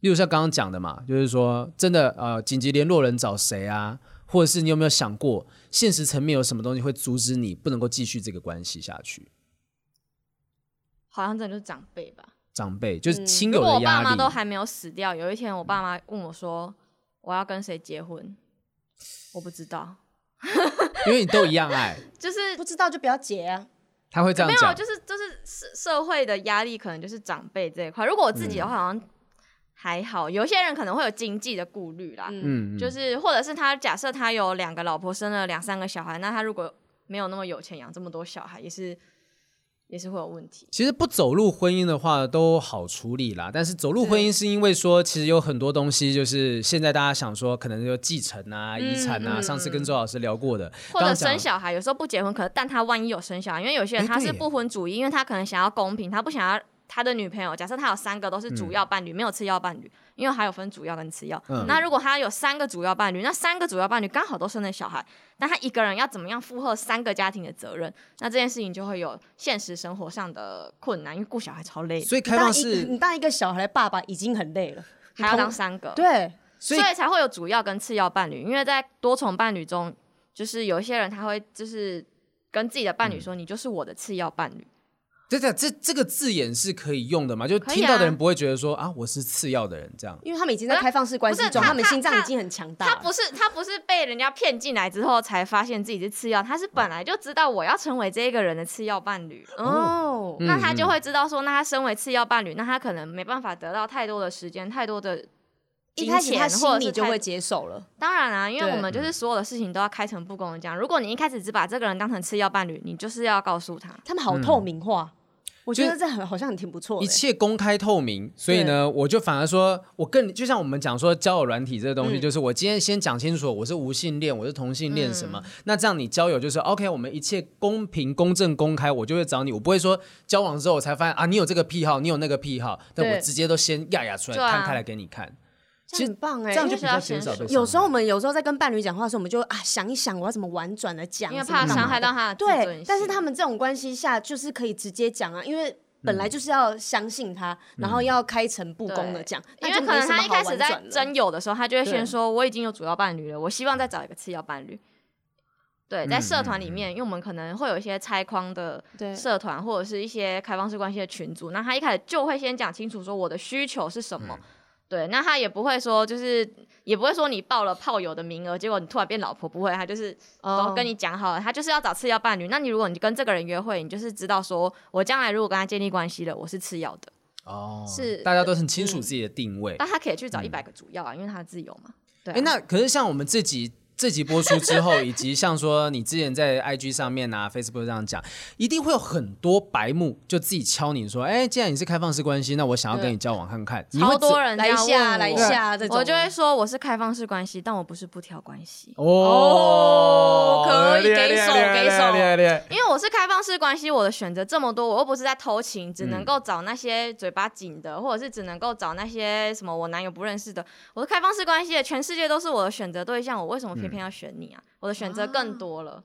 例如像刚刚讲的嘛，就是说真的呃，紧急联络人找谁啊，或者是你有没有想过现实层面有什么东西会阻止你不能够继续这个关系下去？
好像真的就是长辈吧。
长辈就是亲
嗯如
友
果
的
我爸
压
妈
力，
都还没有死掉，有一天我爸妈问我说我要跟谁结婚，我不知道，
因为你都一样爱，
就是
不知道就不要结啊。
他会这样
没
讲
有，。就是就是社社会的压力，可能就是长辈这一块。如果我自己的话，好
嗯
像还好。有些人可能会有经济的顾虑啦，
嗯
嗯，嗯
就是或者是他假设他有两个老婆，生了两三个小孩，那他如果没有那么有钱养这么多小孩，也是也是会有问题。
其实不走入婚姻的话都好处理啦，但是走入婚姻是因为说，其实有很多东西就是现在大家想说，可能就继承啊、遗产啊，上次跟周老师聊过的，
或者
刚刚讲
生小孩，有时候不结婚，可是但他万一有生小孩，因为有些人
哎
他是
对
不婚主义，因为他可能想要公平，他不想要他的女朋友。假设他有三个都是主要伴侣，没有次要伴侣，因为还有分主要跟次要。
嗯
那如果他有三个主要伴侣，那三个主要伴侣刚好都生了小孩，那他一个人要怎么样负荷三个家庭的责任？那这件事情就会有现实生活上的困难，因为顾小孩超累的，
所以开放
当一个
式，
你当一个小孩的爸爸已经很累了，
还要
你
当
同
三个。
对，
所
所
以
以才会有主要跟次要伴侣，因为在多重伴侣中，就是有一些人他会就是跟自己的伴侣说，你就是我的次要伴侣。
这这这这个字眼是可以用的嘛？就
可以啊
听到的人不会觉得说啊，我是次要的人这样。
因为他们已经在开放式关系
不是
中，
他
他们心脏
他
已经很强大
他
了。
不是他不是被人家骗进来之后才发现自己是次要，他是本来就知道我要成为这个人的次要伴侣，嗯
哦，
那他就会知道说，那他身为次要伴侣，那他可能没办法得到太多的时间，太多的
一
金
开始他
钱或者
心里
是
就
太
会接受了。
当然啦、啊因为
对
我们就是所有的事情都要开诚布公的讲。如果你一开始只把这个人当成次要伴侣，你就是要告诉他，嗯
他们好透明化，我觉得这很好像很挺不错的
一
欸、
切公开透明，所以呢，我就反而说，我更就像我们讲说交友软体这个东
嗯
西，就是我今天先讲清楚我是无性恋，我是同性恋什么，
嗯
那这样你交友就是 OK，我们一切公平、公正、公开，我就会找你，我不会说交往之后我才发现啊，你有这个癖好，你有那个癖好，但
对
我直接都先压压出来
对啊
摊开来给你看，
这样很棒
这
哎、欸，
样
因
就
为
比较减少被伤害
有时候我们有时候在跟伴侣讲话的时候，我们就啊想一想我要怎么婉转的讲，
因为
怎么
怕
干嘛
伤害到他的自尊
对
心，
但是他们这种关系下，就是可以直接讲啊，因为
嗯
本来就是要相信他，然后要开诚布公的讲，
因
那
为
就
可
没
能
什么
他一
好
开始
婉
在
转的。
真有的时候，他就会
对
先说我已经有主要伴侣了，我希望再找一个次要伴侣。对，在社团里面，因为我们可能会有一些拆框的
嗯对
社团或者是一些开放式关系的群组，那他一开始就会先讲清楚说我的需求是什
嗯
么。对，那他也不会说，就是也不会说你报了炮友的名额，结果你突然变老婆，不会，他就是
哦
都跟你讲好了，他就是要找次要伴侣。那你如果你跟这个人约会，你就是知道说，我将来如果跟他建立关系了，我是次要的，
哦，
是嗯
大家都很清楚自己的定位。
但他可以去找一百个主要啊，因为他自由嘛。对啊、
哎、那可是像我们这集这集播出之 后，以及像说你之前在 IG 上面啊、Facebook 上讲，一定会有很多白目就自己敲你说，哎、既然你是开放式关系，那我想要跟你交往看看。你会
超
怎
多人这
来一
样问
下
我
来一下这种，
我就会说我是开放式关系，但我不是不挑关系，
哦
哦可以
厉害
给
厉害
手
厉害
给
厉害
手
厉害厉害
因为我是开放式关系，我的选择这么多，我又不是在偷情，只
嗯
能够找那些嘴巴紧的，或者是只能够找那些什么我男友不认识的。我是开放式关系，全世界都是我的选择对象，我为什
嗯
么偏偏要选你啊？我的选择更多了，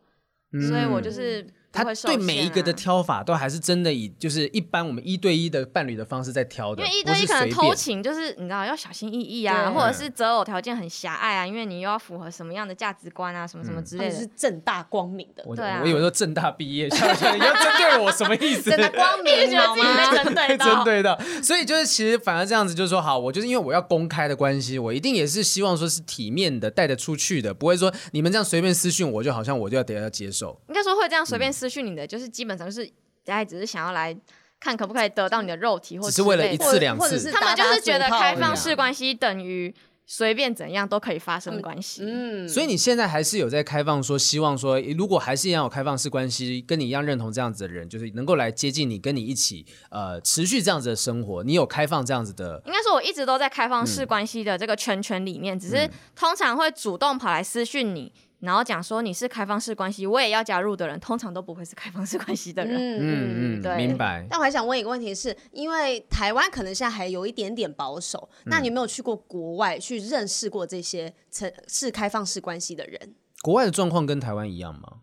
所以我就是不
他
会受
对
限
每一个的
啊
挑法都还是真的以就是一般我们一对一的伴侣的方式在挑的，
因为一
不
对一
是
可能
随
偷
便
情，就是你知道要小心翼翼啊，
对
或者是择偶条件很狭隘啊，因为你又要符合什么样的价值观啊，什么什
嗯
么之
他
类
们
的。
是正大光明的，
我
对啊
我以为说正大毕业，像像你要针对我什么意 思？
正大光 明好
你被
吗？
针对到，
针对到，所以就是其实反而这样子，就是说好，我就是因为我要公开的关系，我一定也是希望说是体面的、带得出去的，不会说你们这样随便私讯我，就好像我就要得要接受。
应该说会这样随
嗯
便私讯你的，就是基本上就是大家只是想要来看可不可以得到你的肉体，或
只
者
是为了一次
或
两
或者
次
是
他们就是觉得开放
打打嘴
式关系等于随便怎样都可以发生关系。
嗯，
所以你现在还是有在开放说，希望说如果还是一样有开放式关系，跟你一样认同这样子的人，就是能够来接近你，跟你一起呃持续这样子的生活，你有开放这样子的
应该说，我一直都在开放
嗯
式关系的这个圈圈里面，只是通常会主动跑来私讯你，然后讲说你是开放式关系，我也要加入的人，通常都不会是开放式关系的人。
嗯嗯
对
明白。
但我还想问一个问题是，因为台湾可能现在还有一点点保守，那
嗯
你有没有去过国外去认识过这些曾是开放式关系的人？
国外的状况跟台湾一样吗？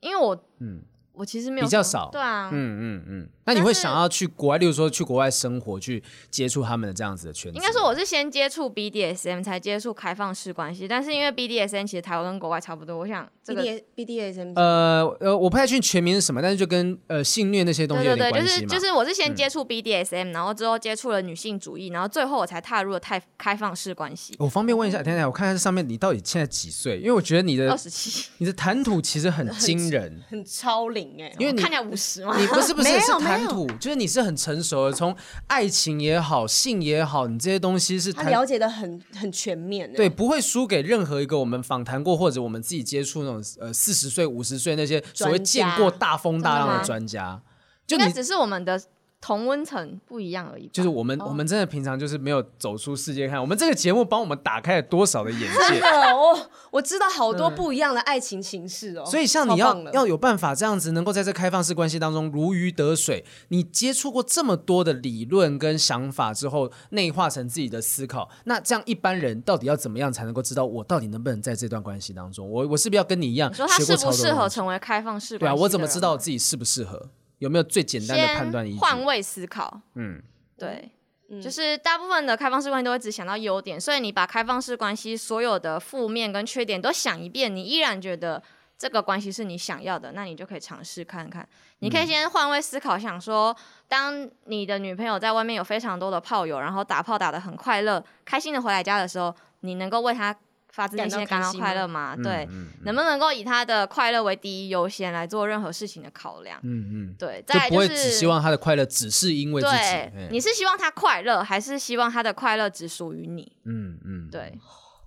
因为我，
嗯
我其实没有
比较
什么
少
对啊，
嗯嗯嗯，那你会想要去国外，例如说去国外生活，去接触他们的这样子的圈子？
应该说我是先接触 BDSM 才接触开放式关系，但是因为 BDSM 其实台湾跟国外差不多，我想这个
B D A BDSM
呃呃，我不太确定全名是什么，但是就跟呃性虐那些东西有
对对对，
点关
就
系
是
嘛。嗯
就是我是先接触 BDSM，、然后之后接触了女性主义，然后最后我才踏入了太开放式关系。
我方便问一下，等一下我看看上面你到底现在几岁？因为我觉得你
二
的
十七，
你的谈吐其实很惊人，
很超龄哎、
因为 你
看起来五十嘛。
你 不是不是
没有
是谈吐，就是你是很成熟的，从爱情也好，性也好，你这些东西是
他
谈
了解的很很全面、欸，
对，，不会输给任何一个我们访谈过或者我们自己接触那种呃四十岁、五十岁那些所谓
专
见
家
过大风大浪
真的
的
吗
专家。 就
应
你
该只是我们的同温层不一样而已吧。
就是我们、我们真的平常就是没有走出世界看，我们这个节目帮我们打开了多少的 眼界。
哦，我知道好多不一样的爱情形式哦、
嗯所以像你
超
要
棒了
要有办法这样子，能够在这开放式关系当中如鱼得水。你接触过这么多的理论跟想法之后，内化成自己的思考，那这样一般人到底要怎么样才能够知道我到底能不能在这段关系当中？我我是不是要跟你一样
你说他适
学过超
不
多
适
东
合
西
成为开放式
对
关
啊，
系？
我怎么知？道自己适不适合？有没有最简单的判断依
先
据？
换位思考。
嗯，
对，就是大部分的开放式关系都会只想到优点，所以你把开放式关系所有的负面跟缺点都想一遍，你依然觉得这个关系是你想要的，那你就可以尝试看看。你可以先换位思考，想说，当你的女朋友在外面有非常多的炮友，然后打炮打得很快乐，开心的回来家的时候，你能够为她发自内心的感
感到
到
开心
快乐吗？对，
嗯
能不能够以她的快乐为第一优先来做任何事情的考量？
嗯嗯，
对，再
就
来
不会
是
只希望他的快乐只是因为自己。
对
哎，
你是希望他快乐，还是希望他的快乐只属于你？
嗯嗯，
对，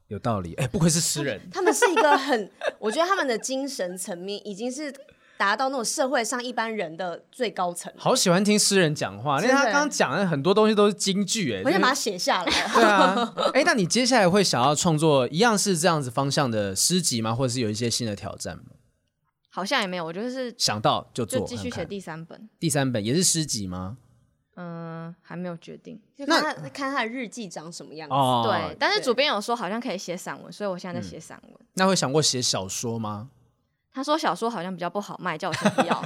有道理。哎，不愧是诗人。
他们是一个很，我觉得他们的精神层面已经是达到那种社会上一般人的最高层。
好喜欢听诗人讲话，因为
真的
他刚刚讲的很多东西都是金句，哎，
我想把它
就是
写 下来。
对啊，哎，那你接下来会想要创作一样是这样子方向的诗集吗？或者是有一些新的挑战吗？
好像也没有，我就是
想到就做，
就继续
看
写
看
第三本，
第三本也是诗集吗？
嗯、还没有决定。
就看他看他的日记长什么样子。
哦，嗯
对，，但是主编有说好像可以写散文，所以我现在在写散文。
那会想过写小说吗？
他说小说好像比较不好卖，叫我先不要，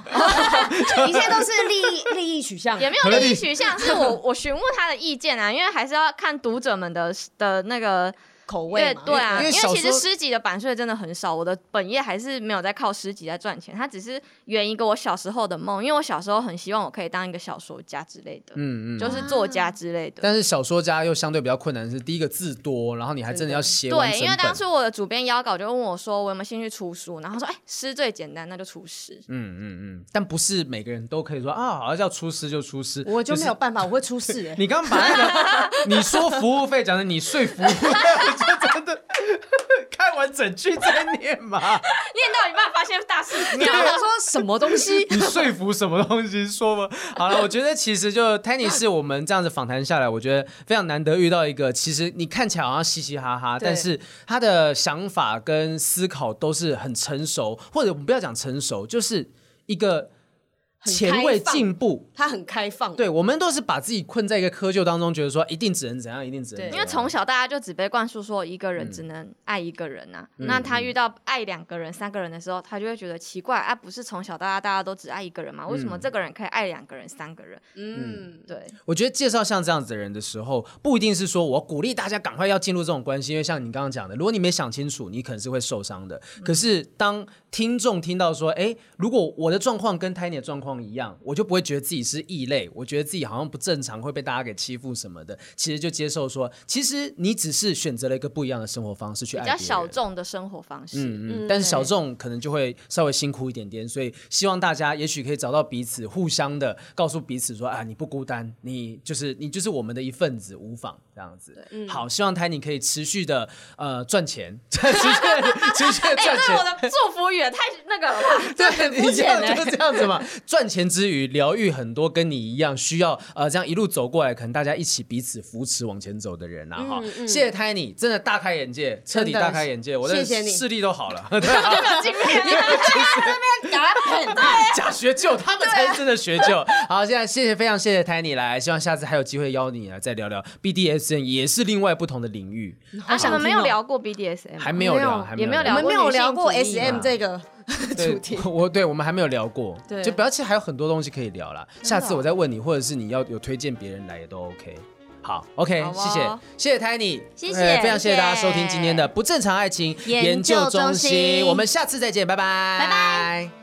一切都是利益利益取向。
也没有利益取向，是我我询问他的意见啊，因为还是要看读者们的的那个
口味
对
嘛，
对啊，
因为
因
小
为其实
说
诗集的版税真的很少，我的本业还是没有在靠诗集在赚钱，它只是圆一个我小时候的梦，因为我小时候很希望我可以当一个小说家之类的，
嗯嗯。
就是作家之类的。
但是小说家又相对比较困难，是第一个字多，然后你还真的要写完
对，
整
因为
本。
当初我的主编邀稿就问我说，我有没有兴趣出书？然后他说，哎、诗最简单，那就出诗。
嗯嗯嗯，但不是每个人都可以说啊，好像要出师就出师，
我就没
是。
有办法，我会出事哎。
你刚刚把那个你说服务费讲的，你说服务 费，就真的看完整句再念 嘛？
念到一半发现大事不
你
妙
跟
了
我，说什么东西？
你说服什么东西说吗？好了，我觉得其实就 Tiny 是我们这样子访谈下来，我觉得非常难得遇到一个，其实你看起来好像嘻嘻哈哈，
对
但是他的想法跟思考都是很成熟，或者我们不要讲成熟，就是一个前卫进步。
他很开放，
对，我们都是把自己困在一个窠臼当中，觉得说一定只能怎样，一定只能
对嗯
怎
因
样
为从小大家就只被灌输说一个人只能爱一个人呐、啊那他遇到爱两个人、三个人的时候，他就会觉得奇怪啊，不是从小到大大家都只爱一个人吗？为什么这个人可以爱两个人、三个人？
嗯，
对，
我觉得介绍像这样子的人的时候，不一定是说我鼓励大家赶快要进入这种关系，因为像你刚刚讲的，如果你没想清楚，你可能是会受伤的。
嗯
可是当听众听到说，哎，如果我的状况跟 Tiny 的状况一样，我就不会觉得自己是异类，我觉得自己好像不正常，会被大家给欺负什么的。其实就接受说，其实你只是选择了一个不一样的生活方式去爱
比
别
较
人。
小众的生活方式。
嗯嗯，但是小众可能就会稍微辛苦一点点，所以希望大家也许可以找到彼此，互相的告诉彼此说啊，你不孤单，你就是你就是我们的一份子，无妨这样子。
嗯
好，希望台你可以持续的呃赚钱， 持续持续地
哎、
赚
对我
钱。
的祝福语也太那个了吧？
对，你这样
肤浅欸
就是这样子嘛。赚钱之余，疗愈很多跟你一样需要呃这样一路走过来，可能大家一起彼此扶持往前走的人啊哈。谢谢 Tiny，真的大开眼界，彻底
嗯真的
大开眼界，我的
谢谢你
视力都好了。
今天
嗯 假学究，他们才是真的学究。
啊
好，现在谢谢，非常谢谢 Tiny 来，希望下次还有机会邀你来再聊聊 BDSN，也是另外不同的领域，
啊，我们没有
听哦
聊过 BDSM，
还没有聊，还
也没有
我
聊
们没有聊
聊
过
过女性主义
SM
嘛
这个 主题
对，。 我对我们还没有聊过，
对
就表示还有很多东西可以聊啦。
哦
下次我再问你，或者是你要有推荐别人来也都 OK。好，OK，
好哦
谢谢，谢谢 Tiny，
谢谢
呃非常谢
谢
谢
谢
大家收听今天的不正常爱情
研究中心
我们下次再见，拜拜，
拜拜。